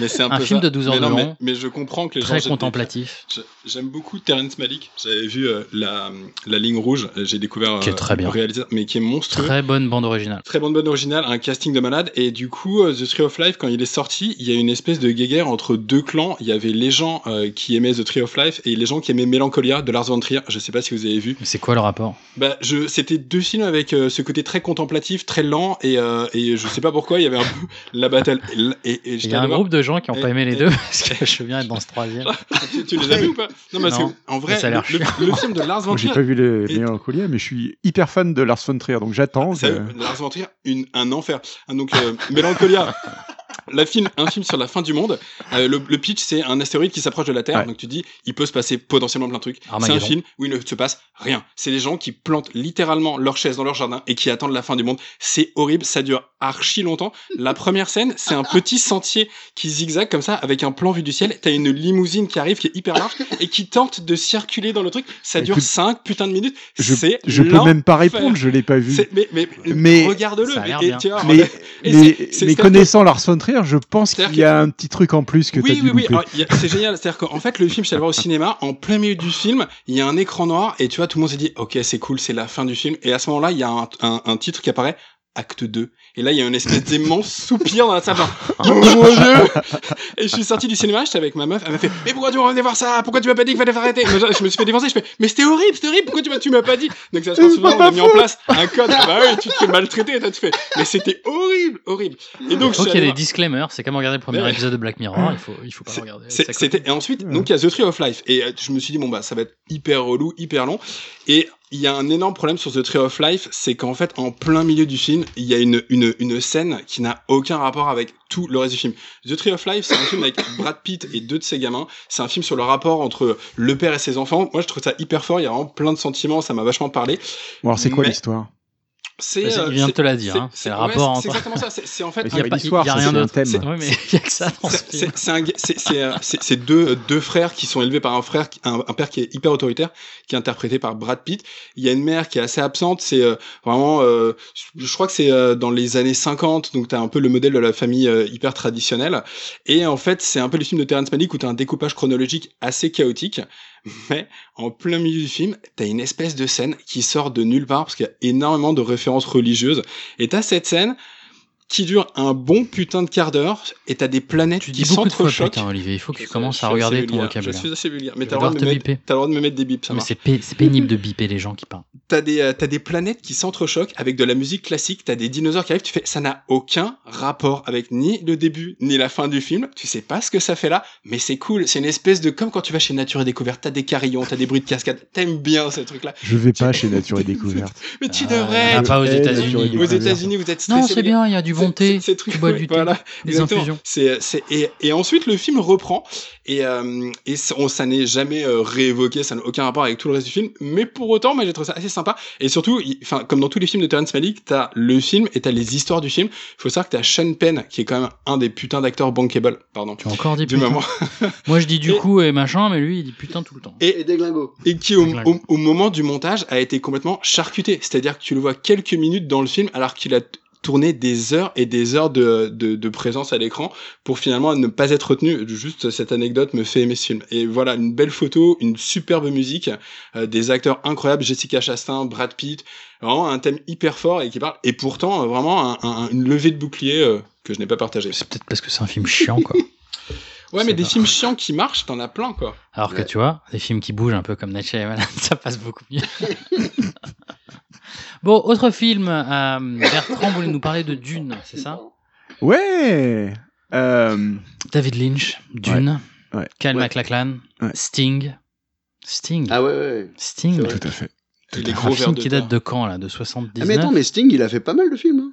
Speaker 8: Mais c'est un, peu
Speaker 6: film
Speaker 8: ça.
Speaker 6: de 12 heures
Speaker 8: mais
Speaker 6: de
Speaker 8: non,
Speaker 6: long,
Speaker 8: mais, mais je comprends que les gens
Speaker 6: très
Speaker 8: jettent des
Speaker 6: contemplatif,
Speaker 8: pierres. Je- J'aime beaucoup Terrence Malick. J'avais vu euh, la, la ligne rouge. J'ai découvert euh,
Speaker 6: Qui est très bien.
Speaker 8: le réalisateur, mais qui est monstrueux.
Speaker 6: très bonne bande originale.
Speaker 8: Très bande bonne originale, un casting de malade. Et du coup, euh, The Tree of Life, quand il est sorti, il y a une espèce de guéguerre entre deux clans. Il y avait les gens euh, qui aimaient The Tree of Life et les gens qui aimaient Mélancolia de Lars von Trier. Je sais pas si vous avez vu.
Speaker 6: C'est quoi le rapport
Speaker 8: Bah, je, c'était deux films avec euh, ce côté très contemplatif, très lent, et, euh, et je sais pas pourquoi, il y avait un peu la bataille. Et, et, et j'étais
Speaker 6: Il y a
Speaker 8: allé
Speaker 6: un
Speaker 8: voir-
Speaker 6: groupe de gens qui ont
Speaker 8: et-
Speaker 6: pas aimé les
Speaker 8: et-
Speaker 6: deux parce que je viens être dans ce troisième.
Speaker 8: tu, tu les as vus ou pas Non, parce
Speaker 6: Non,
Speaker 8: que, en vrai,
Speaker 6: mais ça a l'air
Speaker 8: le,
Speaker 6: chiant.
Speaker 8: le- le film de Lars von
Speaker 7: Moi, J'ai
Speaker 8: Trier.
Speaker 7: pas vu les
Speaker 8: est-
Speaker 7: meilleurs colliers, mais je suis hyper fan de Lars von Trier, donc
Speaker 9: Ah,
Speaker 7: j'attends.
Speaker 8: Ça,
Speaker 7: que-
Speaker 8: Lars von Trier, une- un enfer. Ah, Donc, euh, Mélancolia. La film, un film sur la fin du monde. Euh, le, le pitch, c'est un astéroïde qui s'approche de la Terre. Donc tu dis, il peut se passer potentiellement plein de trucs. C'est un
Speaker 6: Armageddon.
Speaker 8: film où il ne se passe rien. C'est des gens qui plantent littéralement leurs chaises dans leur jardin et qui attendent la fin du monde. C'est horrible, ça dure archi longtemps. La première scène, c'est un petit sentier qui zigzague comme ça avec un plan vu du ciel. T'as une limousine qui arrive, qui est hyper large et qui tente de circuler dans le truc. Ça dure
Speaker 7: Écoute,
Speaker 8: 5 putains de minutes.
Speaker 7: Je,
Speaker 8: C'est
Speaker 7: je peux même pas
Speaker 8: l'enfer.
Speaker 7: répondre, je l'ai pas vu.
Speaker 8: C'est- Mais, mais,
Speaker 7: Mais-
Speaker 8: regarde-le.
Speaker 7: Ça a l'air
Speaker 8: mais- et
Speaker 7: bien.
Speaker 8: tu vois,
Speaker 7: Mais,
Speaker 8: et
Speaker 7: mais-
Speaker 8: c'est- c'est-
Speaker 7: mais
Speaker 8: c'est-à-dire
Speaker 7: connaissant Lars von Trier, je pense
Speaker 8: C'est-à-dire
Speaker 7: qu'il y a un petit truc en plus que t'as
Speaker 8: oui,
Speaker 7: dû
Speaker 8: oui, oui. ah,
Speaker 7: louper.
Speaker 8: Alors, il y a- C'est génial. C'est-à-dire qu'en fait, le film, je suis allé voir au cinéma. En plein milieu du film, il y a un écran noir et tu vois, tout le monde s'est dit, OK, c'est cool, c'est la fin du film. Et à ce moment-là, il y a un, un- un titre qui apparaît. Acte 2. Et là, il y a une espèce d'immense soupir dans la salle. genre, Oh mon Dieu Et je suis sorti du cinéma, j'étais avec ma meuf, elle m'a fait Mais pourquoi tu m'as voir ça Pourquoi tu m'as pas dit qu'il fallait arrêter Je je me suis fait défoncer, je fais Mais c'était horrible, c'était horrible, pourquoi tu m'as, tu m'as pas dit Donc ça, je pense souvent, on a mis en place un code. Ah bah oui, tu te fais maltraiter, et toi, tu fais Mais c'était horrible, horrible. Et donc, je
Speaker 6: faut
Speaker 8: suis
Speaker 6: qu'il y
Speaker 8: allé
Speaker 6: ait des
Speaker 8: voir-
Speaker 6: disclaimers. C'est comme regarder le premier
Speaker 8: Ouais.
Speaker 6: épisode de Black Mirror. Il faut, il faut pas le
Speaker 8: C'est-
Speaker 6: regarder.
Speaker 8: c'est- C'était et ensuite donc il y a The Tree of Life et euh, je me suis dit bon bah ça va être hyper relou, hyper long et il y a un énorme problème sur The Tree of Life, c'est qu'en fait en plein milieu du film il y a une une une scène qui n'a aucun rapport avec tout le reste du film. The Tree of Life c'est un film avec Brad Pitt et deux de ses gamins. C'est un film sur le rapport entre le père et ses enfants. Moi je trouve ça hyper fort. Il y a vraiment plein de sentiments. Ça m'a vachement parlé.
Speaker 7: Bon, alors, c'est quoi
Speaker 8: Mais
Speaker 7: l'histoire
Speaker 8: C'est
Speaker 6: Bah, c'est-
Speaker 8: euh,
Speaker 6: il vient de
Speaker 8: c'est-
Speaker 6: te la dire,
Speaker 8: c'est-
Speaker 6: hein. C'est le
Speaker 8: ouais,
Speaker 6: rapport
Speaker 8: c'est-
Speaker 6: entre-
Speaker 8: C'est exactement ça. C'est c'est en fait
Speaker 6: Il y a
Speaker 8: un-
Speaker 6: pas- il y a rien d'autre. C'est- ouais, mais il y a que ça dans ce
Speaker 8: c'est- c'est- c'est un gars- c'est- c'est, euh, c'est- c'est deux, deux frères qui sont élevés par un frère, qui- un, un père qui est hyper autoritaire, qui est interprété par Brad Pitt. Il y a une mère qui est assez absente. C'est euh, vraiment, euh, je je crois que c'est euh, dans les années 50, donc t'as un peu le modèle de la famille euh, hyper traditionnelle. Et en fait, c'est un peu le film de Terrence Malick où t'as un découpage chronologique assez chaotique. Mais en plein milieu du film, t'as une espèce de scène qui sort de nulle part parce qu'il y a énormément de références religieuses. Et t'as cette scène qui dure un bon putain de quart d'heure et t'as des planètes
Speaker 6: Tu
Speaker 8: qui
Speaker 6: dis beaucoup de fois
Speaker 8: s'entrechoquent.
Speaker 6: putain, Olivier. Il faut que tu
Speaker 8: Je
Speaker 6: commences
Speaker 8: suis
Speaker 6: à
Speaker 8: assez
Speaker 6: regarder ton
Speaker 8: vulgaire.
Speaker 6: vocabulaire.
Speaker 8: Je suis assez vulgaire,
Speaker 6: Je
Speaker 8: mais
Speaker 6: vais
Speaker 8: t'as le droit de
Speaker 6: devoir
Speaker 8: me
Speaker 6: te
Speaker 8: mettre-
Speaker 6: biper.
Speaker 8: t'as le droit de me mettre des bips. ça
Speaker 6: Mais
Speaker 8: marche.
Speaker 6: c'est pé- c'est pénible de biper les gens qui parlent.
Speaker 8: T'as des, euh, t'as des planètes qui s'entrechoquent avec de la musique classique, t'as des dinosaures qui arrivent, tu fais, ça n'a aucun rapport avec ni le début, ni la fin du film, tu sais pas ce que ça fait là, mais c'est cool, c'est une espèce de, comme quand tu vas chez Nature et Découverte, t'as des carillons, t'as des bruits de cascade, t'aimes bien ce truc là.
Speaker 7: Je vais pas chez Nature et Découverte.
Speaker 8: Mais tu
Speaker 6: il y
Speaker 8: devrais.
Speaker 6: en a pas aux
Speaker 8: Eh,
Speaker 6: États-Unis.
Speaker 8: Nature et Découverte. Aux États-Unis, vous êtes stressés.
Speaker 6: Non, c'est
Speaker 8: les gars.
Speaker 6: bien. Il y a du bon thé. Tu bois
Speaker 8: Oui,
Speaker 6: du thé.
Speaker 8: voilà,
Speaker 6: Des
Speaker 8: exactement.
Speaker 6: infusions.
Speaker 8: C'est, c'est, et, et ensuite, le film reprend. Et, euh, et ça- on, ça n'est jamais euh, réévoqué, ça n'a aucun rapport avec tout le reste du film. Mais pour autant, moi, j'ai trouvé ça assez sympa. Et surtout, il- enfin, comme dans tous les films de Terrence Malick, t'as le film et t'as les histoires du film. Il faut savoir que t'as Sean Penn, qui est quand même un des putains d'acteurs bankable. Pardon. Tu
Speaker 6: as encore dit
Speaker 8: du
Speaker 6: putain.
Speaker 8: moment.
Speaker 6: Moi, je dis du coup et machin, mais lui, il dit putain tout le temps.
Speaker 8: Et, et qui, au, au- au moment du montage, a été complètement charcuté. C'est-à-dire que tu le vois quelques minutes dans le film, alors qu'il a t- tourné des heures et des heures de, de, de présence à l'écran pour finalement ne pas être retenu. Juste cette anecdote me fait aimer ce film. Et voilà, une belle photo, une superbe musique, euh, des acteurs incroyables, Jessica Chastain, Brad Pitt, vraiment un thème hyper fort et qui parle. Et pourtant, euh, vraiment un- un- une levée de bouclier euh, que je n'ai pas partagée.
Speaker 6: C'est peut-être parce que c'est un film chiant, quoi.
Speaker 8: Ouais, mais des films chiants qui marchent, t'en as plein, quoi.
Speaker 6: Alors que tu vois, des films qui bougent un peu comme Nature et Madame, ça passe beaucoup mieux. bon, autre film, euh, Bertrand voulait nous parler de Dune, c'est ça
Speaker 7: Ouais euh,
Speaker 6: David Lynch, Dune, Kyle
Speaker 7: Ouais.
Speaker 6: MacLachlan, Sting. Sting
Speaker 9: Ah ouais, ouais.
Speaker 6: Sting
Speaker 9: C'est vrai. Tout à
Speaker 7: fait.
Speaker 9: Tous
Speaker 6: Tout
Speaker 9: les
Speaker 6: à
Speaker 9: gros
Speaker 6: fait. Un film
Speaker 9: vers de
Speaker 6: qui
Speaker 9: terre.
Speaker 6: date de quand, là De 79
Speaker 9: Ah, mais attends, mais Sting, il a fait pas mal de films.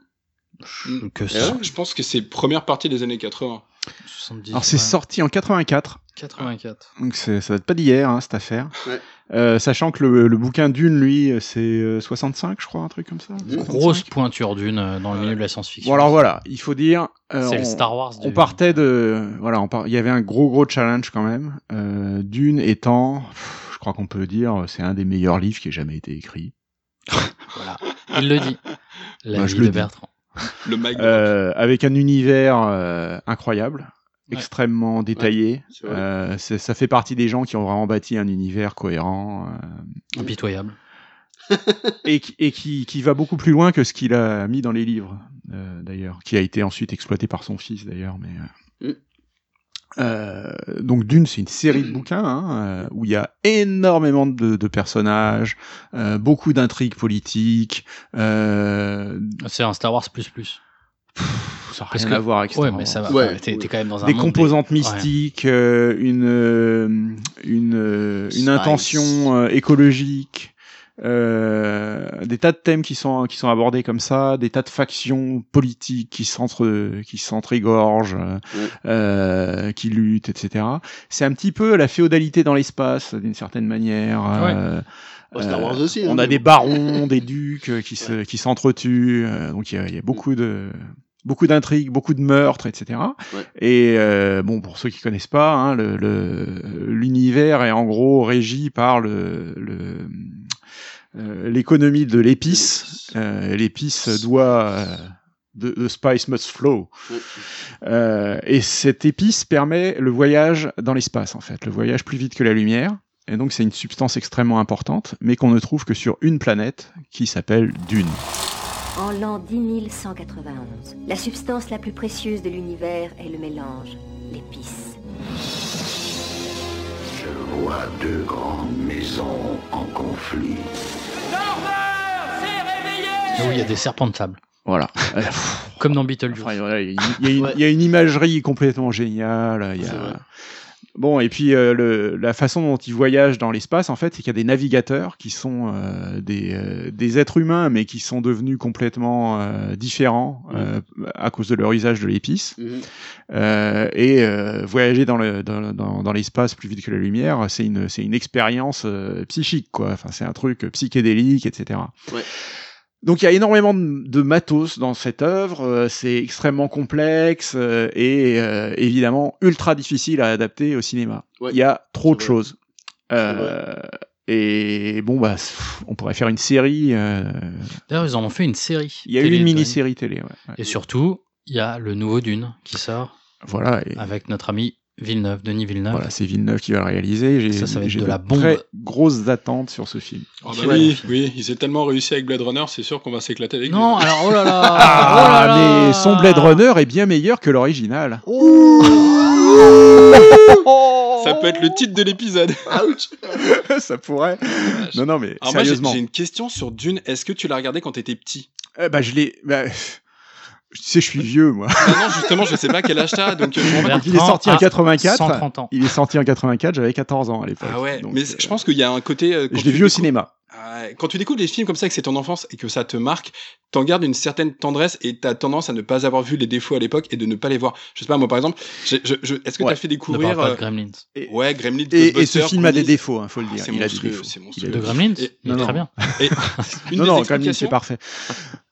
Speaker 9: hein.
Speaker 6: que
Speaker 8: Et
Speaker 6: ça.
Speaker 8: ouais, Je pense que c'est première partie des années 80.
Speaker 6: 78,
Speaker 7: Alors c'est
Speaker 6: ouais.
Speaker 7: sorti en 84.
Speaker 6: 84.
Speaker 7: Donc c'est- ça date pas d'hier, hein, cette affaire.
Speaker 6: Ouais.
Speaker 7: Euh, sachant que le, le bouquin d'une, lui, c'est euh, 65, je crois, un truc comme ça. 65.
Speaker 6: Grosse pointure d'une euh, dans le milieu de la science-fiction.
Speaker 7: Bon alors voilà, il faut dire. euh,
Speaker 6: C'est
Speaker 7: on-
Speaker 6: le Star Wars
Speaker 7: On
Speaker 6: du-
Speaker 7: partait de voilà, on par- il y avait un gros gros challenge quand même. euh, Dune étant, pff, je crois qu'on peut dire, c'est un des meilleurs livres qui ait jamais été écrit.
Speaker 6: Voilà. Il le dit. La
Speaker 7: Bah, je
Speaker 6: vie
Speaker 7: le
Speaker 6: de
Speaker 7: dis.
Speaker 6: Bertrand.
Speaker 8: Le
Speaker 7: Euh, avec un univers euh, incroyable, extrêmement détaillé.
Speaker 6: c'est vrai.
Speaker 7: Euh, c'est- ça fait partie des gens qui ont vraiment bâti un univers cohérent. euh,
Speaker 6: Impitoyable.
Speaker 7: et qui- et qui, qui va beaucoup plus loin que ce qu'il a mis dans les livres, euh, d'ailleurs, qui a été ensuite exploité par son fils, d'ailleurs. Mais euh, euh, donc Dune, c'est une série de bouquins hein, euh, où il y a énormément de, de personnages, euh, beaucoup d'intrigues politiques. euh,
Speaker 6: C'est un Star Wars plus plus.
Speaker 7: ça n'a
Speaker 6: Parce
Speaker 7: rien
Speaker 6: que-
Speaker 7: à voir avec Star
Speaker 6: ouais, mais
Speaker 7: Wars.
Speaker 6: ça va. t'es, t'es quand même dans un
Speaker 7: des
Speaker 6: monde
Speaker 7: composantes
Speaker 6: des-
Speaker 7: mystiques, euh, une euh, une euh,
Speaker 6: Spice.
Speaker 7: une intention euh, écologique, euh, des tas de thèmes qui sont qui sont abordés comme ça, des tas de factions politiques qui s'entre qui s'entrégorgent,
Speaker 6: Mm.
Speaker 7: euh, euh, qui luttent, etc. C'est un petit peu la féodalité dans l'espace d'une certaine manière. euh,
Speaker 9: Bah, Star
Speaker 7: euh,
Speaker 9: Wars aussi, hein,
Speaker 7: on a
Speaker 9: mais
Speaker 7: des
Speaker 9: bon.
Speaker 7: barons, des ducs euh, qui se, qui s'entretuent. euh, donc il y a, il y a beaucoup de beaucoup d'intrigues, beaucoup de meurtres, etc. Et euh, bon, pour ceux qui connaissent pas, hein, le- le- l'univers est en gros régi par le, le- euh, l'économie de l'épice. Euh, l'épice doit euh, the, the spice must flow. Euh, et cette épice permet le voyage dans l'espace, en fait, le voyage plus vite que la lumière. Et donc c'est une substance extrêmement importante, mais qu'on ne trouve que sur une planète qui s'appelle Dune.
Speaker 17: En l'an 10191, la substance la plus précieuse de l'univers est le mélange, l'épice.
Speaker 12: Je vois deux grandes maisons en conflit.
Speaker 6: Là où il y a des serpents de sable.
Speaker 7: Voilà.
Speaker 6: Comme dans Beetlejuice.
Speaker 7: Il y, a une- il y a une imagerie complètement géniale. il y a- Bon, et puis euh, le- la façon dont ils voyagent dans l'espace, en fait, c'est qu'il y a des navigateurs qui sont euh, des, euh, des êtres humains, mais qui sont devenus complètement euh, différents euh, à cause de leur usage de l'épice.
Speaker 9: Mhm.
Speaker 7: Euh, et euh, voyager dans l'espace le, dans, dans, dans l'espace plus vite que la lumière, c'est une, c'est une expérience euh, psychique, quoi. Enfin, c'est un truc psychédélique, etc. Donc il y a énormément de de matos dans cette œuvre, euh, c'est extrêmement complexe euh, et euh, évidemment ultra difficile à adapter au cinéma. Il y a trop de choses. Euh, et bon bah pff, on pourrait faire une série. euh,
Speaker 6: D'ailleurs, ils en ont fait une série.
Speaker 7: Il y a eu
Speaker 6: télé,
Speaker 7: une
Speaker 6: Dune.
Speaker 7: mini-série télé. ouais, ouais.
Speaker 6: Et surtout, il y a le nouveau Dune qui sort.
Speaker 7: Voilà. et-
Speaker 6: Avec notre ami Villeneuve, Denis Villeneuve.
Speaker 8: Ah.
Speaker 7: Voilà, c'est Villeneuve qui va le réaliser. J'ai
Speaker 6: Ça, ça va être
Speaker 7: j'ai
Speaker 6: de la bombe.
Speaker 7: très grosses attentes sur ce film.
Speaker 8: Ah bah oui, oui, ils ont tellement réussi avec Blade Runner, c'est sûr qu'on va s'éclater avec
Speaker 6: Non, alors oh là là
Speaker 7: Ah, mais son Blade Runner est bien meilleur que l'original.
Speaker 8: Oh. Ça peut être le titre de l'épisode.
Speaker 7: ça pourrait. Non, non, mais
Speaker 8: Alors moi, j'ai
Speaker 7: sérieusement.
Speaker 8: j'ai une question sur Dune. Est-ce que tu l'as regardé quand t'étais petit
Speaker 7: Euh, bah, je l'ai. Bah, tu sais, je suis vieux, moi.
Speaker 8: Ah Non, justement, je sais pas quel âge t'as, donc euh, je m'en vais.
Speaker 7: Donc, il est sorti en 84.
Speaker 8: 130 ans.
Speaker 7: Il est sorti en 84, j'avais 14 ans à l'époque.
Speaker 8: Ah ouais, mais je pense qu'il y a un côté. euh, quand
Speaker 7: je l'ai
Speaker 8: tu
Speaker 7: vu au
Speaker 8: décou-
Speaker 7: cinéma.
Speaker 8: Ah, Quand tu découvres des films comme ça, que c'est ton enfance et que ça te marque, t'en gardes une certaine tendresse et t'as tendance à ne pas avoir vu les défauts à l'époque et de ne pas les voir. Je sais pas, moi par exemple, j'ai- je- je- est-ce que
Speaker 7: Ouais.
Speaker 8: t'as fait découvrir.
Speaker 6: Ne parle pas de
Speaker 8: euh,
Speaker 6: Gremlins.
Speaker 8: Ouais, Gremlins.
Speaker 7: Et- et
Speaker 8: Ghostbusters,
Speaker 7: ce film a des
Speaker 8: Gremlins.
Speaker 7: défauts, hein, faut le dire.
Speaker 8: Ah, C'est
Speaker 7: Il a des
Speaker 8: monstrueux,
Speaker 7: défauts.
Speaker 8: c'est
Speaker 7: Il a
Speaker 8: monstrueux.
Speaker 7: des défauts. De Gremlins
Speaker 8: Et-
Speaker 7: Il est Non, très non. bien.
Speaker 8: Et une
Speaker 7: Non,
Speaker 8: des
Speaker 7: non, Gremlins,
Speaker 8: explications-
Speaker 7: c'est parfait.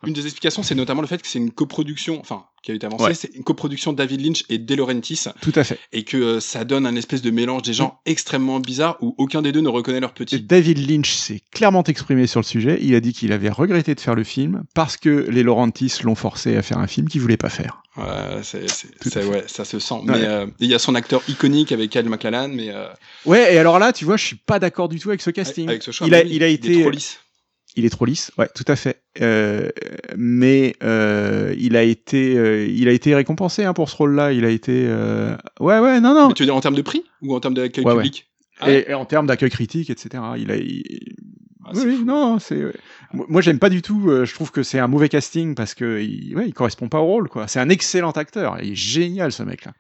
Speaker 8: Une des explications, c'est notamment le fait que c'est une coproduction, enfin, qui a été avancée,
Speaker 7: Ouais.
Speaker 8: c'est une coproduction David Lynch et De Laurentiis
Speaker 7: Tout à fait.
Speaker 8: et que euh, ça donne un espèce de mélange des
Speaker 7: Mm.
Speaker 8: gens extrêmement bizarres où aucun des deux ne reconnaît leur petit.
Speaker 7: David Lynch s'est clairement exprimé sur le sujet. Il a dit qu'il avait regretté de faire le film parce que les Laurentis l'ont forcé à faire un film qu'il voulait pas faire.
Speaker 8: Ouais, c'est- c'est- c'est- ouais, ça se sent.
Speaker 7: Ouais.
Speaker 8: Mais euh, il y a son acteur iconique avec Al McLallan, mais euh,
Speaker 7: Ouais, et alors là, tu vois, je suis pas d'accord du tout avec ce casting.
Speaker 8: avec ce choix,
Speaker 7: il a,
Speaker 8: mais oui,
Speaker 7: il a
Speaker 8: il est
Speaker 7: été. euh,
Speaker 8: trop lisse.
Speaker 7: Il est trop lisse, ouais, tout à fait. Euh, mais euh, il a été, euh, il a été récompensé hein, pour ce rôle-là. Il a été, euh, ouais, ouais, non, non.
Speaker 8: Mais tu Ah veux dire en termes de prix ou en termes d'accueil
Speaker 7: Ouais, ouais.
Speaker 8: public
Speaker 7: Et, et en termes d'accueil critique, etc. Il a, il-
Speaker 8: Ah,
Speaker 7: oui, oui, non, c'est. ouais. Moi, moi, j'aime pas du tout. euh, je trouve que c'est un mauvais casting parce que il, ouais, il correspond pas au rôle, quoi. C'est un excellent acteur. Il est génial, ce mec-là.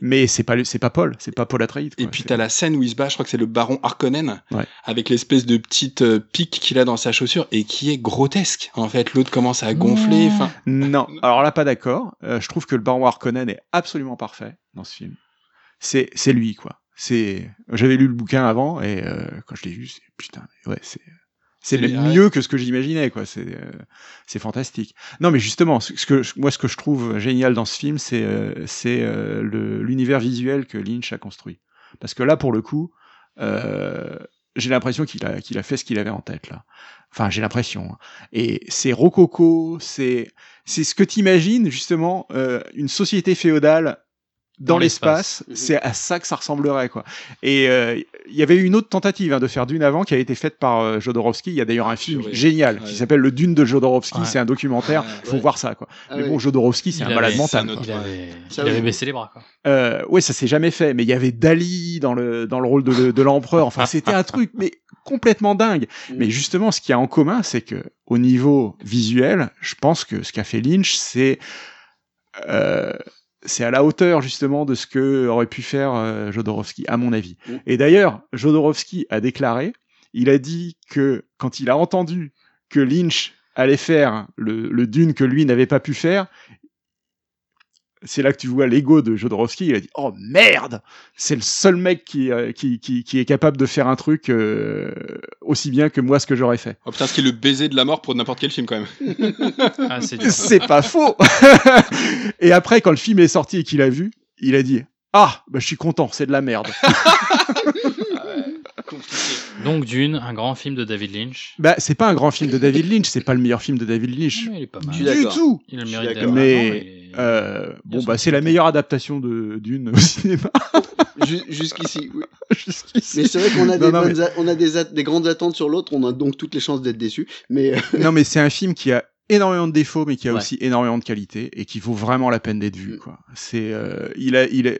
Speaker 7: Mais c'est pas, le- c'est pas Paul. C'est pas Paul Atreides.
Speaker 8: Et puis t'as la scène où il se bat, je crois que c'est le baron Harkonnen, avec l'espèce de petite euh, pique qu'il a dans sa chaussure et qui est grotesque. En fait, l'autre commence à gonfler. Enfin,
Speaker 7: Non. Alors là, pas d'accord. Euh, je trouve que le baron Harkonnen est absolument parfait dans ce film. C'est, c'est lui, quoi. C'est. J'avais lu le bouquin avant et euh, quand je l'ai vu, c'est putain. mais Ouais, c'est. C'est
Speaker 8: C'est
Speaker 7: même
Speaker 8: vrai.
Speaker 7: mieux que ce que j'imaginais, quoi. C'est, euh, c'est fantastique. Non, mais justement, ce ce que moi, ce que je trouve génial dans ce film, c'est, euh, c'est euh, le- l'univers visuel que Lynch a construit. Parce que là, pour le coup, euh, j'ai l'impression qu'il a, qu'il a fait ce qu'il avait en tête là. Enfin, j'ai l'impression. hein. Et c'est rococo, c'est, c'est ce que t'imagines justement euh, une société féodale dans,
Speaker 8: Dans
Speaker 7: l'espace.
Speaker 8: l'espace. Mhm.
Speaker 7: C'est à ça que ça ressemblerait quoi. Et euh, il y avait eu une autre tentative hein, de faire Dune avant qui a été faite par euh, Jodorowsky. Il y a d'ailleurs un film génial qui s'appelle Le Dune de Jodorowsky.
Speaker 6: Ouais.
Speaker 7: C'est un documentaire.
Speaker 8: euh,
Speaker 7: Faut voir ça quoi.
Speaker 6: Ah
Speaker 7: Mais
Speaker 6: ouais.
Speaker 7: bon, Jodorowsky, c'est
Speaker 6: Il
Speaker 7: un
Speaker 6: avait-
Speaker 7: malade
Speaker 6: c'est
Speaker 7: mental.
Speaker 6: un autre,
Speaker 7: quoi.
Speaker 6: Il avait, il avait baissé les bras. Quoi.
Speaker 7: Euh, ouais, ça s'est jamais fait, mais il y avait Dali dans le dans le rôle de, le- de l'empereur. Enfin, c'était un truc mais complètement dingue.
Speaker 9: Mm.
Speaker 7: Mais justement, ce qu'il y a en commun, c'est que au niveau visuel, je pense que ce qu'a fait Lynch, c'est euh, c'est à la hauteur justement de ce que aurait pu faire euh, Jodorowsky, à mon avis. Et d'ailleurs, Jodorowsky a déclaré, il a dit que quand il a entendu que Lynch allait faire le, le Dune que lui n'avait pas pu faire, c'est là que tu vois l'ego de Jodorowsky. Il a dit Oh merde C'est le seul mec qui, euh, qui, qui, qui est capable de faire un truc euh, aussi bien que moi ce que j'aurais fait.
Speaker 8: oh putain, ce qui est le baiser de la mort pour n'importe quel film quand même.
Speaker 6: Ah,
Speaker 7: C'est pas faux Et après, quand le film est sorti et qu'il a vu, il a dit Ah, bah, je suis content, c'est de la merde.
Speaker 6: Donc Dune, un grand film de David Lynch.
Speaker 7: bah, c'est pas un grand film de David Lynch, c'est pas le meilleur film de David Lynch.
Speaker 6: Ah Il est pas mal.
Speaker 7: Du tout
Speaker 6: Il a le mérite
Speaker 7: Mais,
Speaker 6: d'être
Speaker 7: euh, bon, bah, c'est la meilleure adaptation de Dune au cinéma.
Speaker 9: Jusqu'ici, oui.
Speaker 7: Jusqu'ici.
Speaker 9: Mais c'est vrai qu'on a,
Speaker 7: Non,
Speaker 9: des,
Speaker 7: non,
Speaker 9: bonnes
Speaker 7: mais-
Speaker 9: a- on a des, a- des grandes attentes sur l'autre, on a donc toutes les chances d'être déçus. Mais euh,
Speaker 7: non, mais c'est un film qui a énormément de défauts, mais qui a
Speaker 9: Ouais.
Speaker 7: aussi énormément de qualités et qui vaut vraiment la peine d'être vu. Quoi. C'est, euh, il a, il a-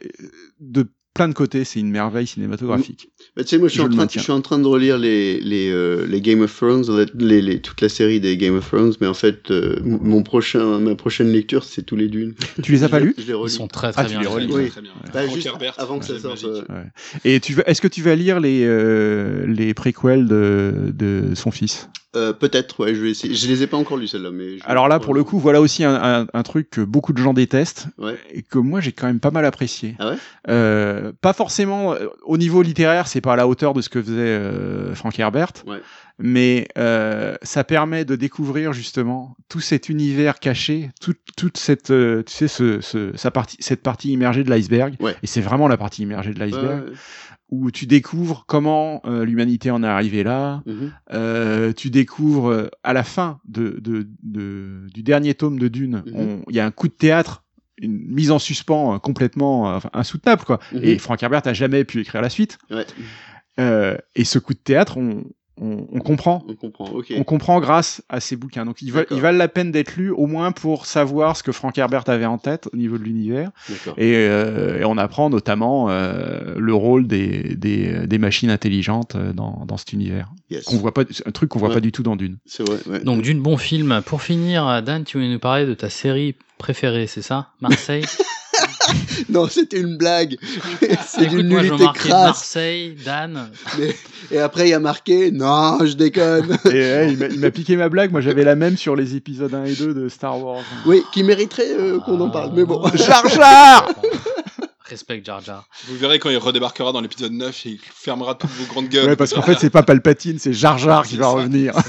Speaker 7: de plein de côtés, c'est une merveille cinématographique.
Speaker 9: bah, tu sais, moi je suis, en
Speaker 7: le
Speaker 9: train, je
Speaker 7: maintiens.
Speaker 9: suis en train de relire les, les, euh, les Game of Thrones, les, les- toute la série des Game of Thrones, mais en fait, euh, m- mon prochain, ma prochaine lecture, c'est tous les dunes.
Speaker 7: Mm-hmm. Tu les as pas
Speaker 9: Je-
Speaker 7: lus
Speaker 9: Je les relis.
Speaker 6: Ils sont très, très
Speaker 7: Ah, tu bien les relis. écrits.
Speaker 9: Oui.
Speaker 7: Très bien.
Speaker 9: Bah, juste avant que ça sorte. euh,
Speaker 7: Ouais. Et tu vas, est-ce que tu vas lire les, euh, les préquels de, de son fils
Speaker 9: euh, Peut-être, ouais, je vais essayer. Je les ai pas encore lus celles-là, mais. je-
Speaker 7: Alors là, pour le coup, voilà aussi un, un- un truc que beaucoup de gens détestent
Speaker 9: Ouais.
Speaker 7: et que moi j'ai quand même pas mal apprécié.
Speaker 9: Ah ouais
Speaker 7: Euh, pas forcément euh, au niveau littéraire, c'est pas à la hauteur de ce que faisait euh, Frank Herbert,
Speaker 9: Ouais.
Speaker 7: mais euh, ça permet de découvrir justement tout cet univers caché, tout- toute cette, euh, tu sais, ce, ce- sa partie, cette partie immergée de l'iceberg. Et c'est vraiment la partie immergée de l'iceberg
Speaker 9: Ouais, ouais.
Speaker 7: où tu découvres comment euh, l'humanité en est arrivée là.
Speaker 9: Mm-hmm.
Speaker 7: Euh, tu découvres euh, à la fin de, de- de- du dernier tome de Dune,
Speaker 9: Mhm.
Speaker 7: on- il y a un coup de théâtre, une mise en suspens euh, complètement euh, enfin, insoutenable quoi.
Speaker 9: Mhm.
Speaker 7: Et Frank Herbert a jamais pu écrire la suite.
Speaker 9: Ouais.
Speaker 7: Euh, et ce coup de théâtre, on, on- on comprend.
Speaker 9: On comprend, ok.
Speaker 7: On comprend grâce à ces bouquins. Donc ils valent, ils valent la peine d'être lus, au moins pour savoir ce que Frank Herbert avait en tête au niveau de l'univers.
Speaker 9: D'accord.
Speaker 7: Et, euh, et on apprend notamment euh, le rôle des, des, des machines intelligentes euh, dans, dans cet univers.
Speaker 9: Yes.
Speaker 7: Qu'on voit pas, un truc qu'on voit
Speaker 9: Ouais.
Speaker 7: pas du tout dans Dune.
Speaker 9: C'est vrai, ouais.
Speaker 6: Donc Dune, bon film. Pour finir, Dan, tu voulais nous parler de ta série préférée, c'est ça Marseille
Speaker 9: Non, c'était une blague. C'est d'une
Speaker 6: Écoute-moi, je
Speaker 9: nullité
Speaker 6: marquais
Speaker 9: crasse.
Speaker 6: Marseille, Dan.
Speaker 9: Mais- et après, il a marqué Non, je déconne.
Speaker 7: Et ouais, il m'a- il m'a piqué ma blague, moi j'avais la même sur les épisodes 1 et 2 de Star Wars.
Speaker 9: Oui, qui mériterait
Speaker 6: Ah,
Speaker 9: euh, qu'on en parle. Mais bon.
Speaker 7: Jar Jar
Speaker 6: Respect Jar Jar.
Speaker 9: euh,
Speaker 8: Vous verrez quand il redébarquera dans l'épisode 9 et il fermera toutes vos grandes gueules.
Speaker 7: Ouais, parce qu'en fait c'est pas Palpatine, c'est Jar Jar qui va revenir.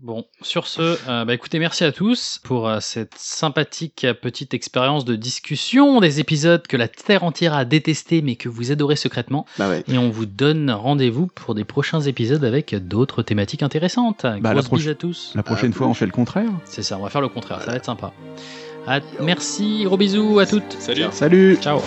Speaker 6: Bon, sur ce, euh, bah écoutez, merci à tous pour euh, cette sympathique euh, petite expérience de discussion des épisodes que la Terre entière a détesté mais que vous adorez secrètement.
Speaker 9: Bah ouais.
Speaker 6: Et on vous donne rendez-vous pour des prochains épisodes avec d'autres thématiques intéressantes.
Speaker 7: Bah,
Speaker 6: Grosse
Speaker 7: la proche-
Speaker 6: bise à tous.
Speaker 7: La Euh. prochaine fois on fait le contraire.
Speaker 6: C'est ça, on va faire le contraire, ça va être sympa. À- merci, Ah, gros bisous à toutes.
Speaker 8: Salut.
Speaker 7: Salut
Speaker 6: Ciao.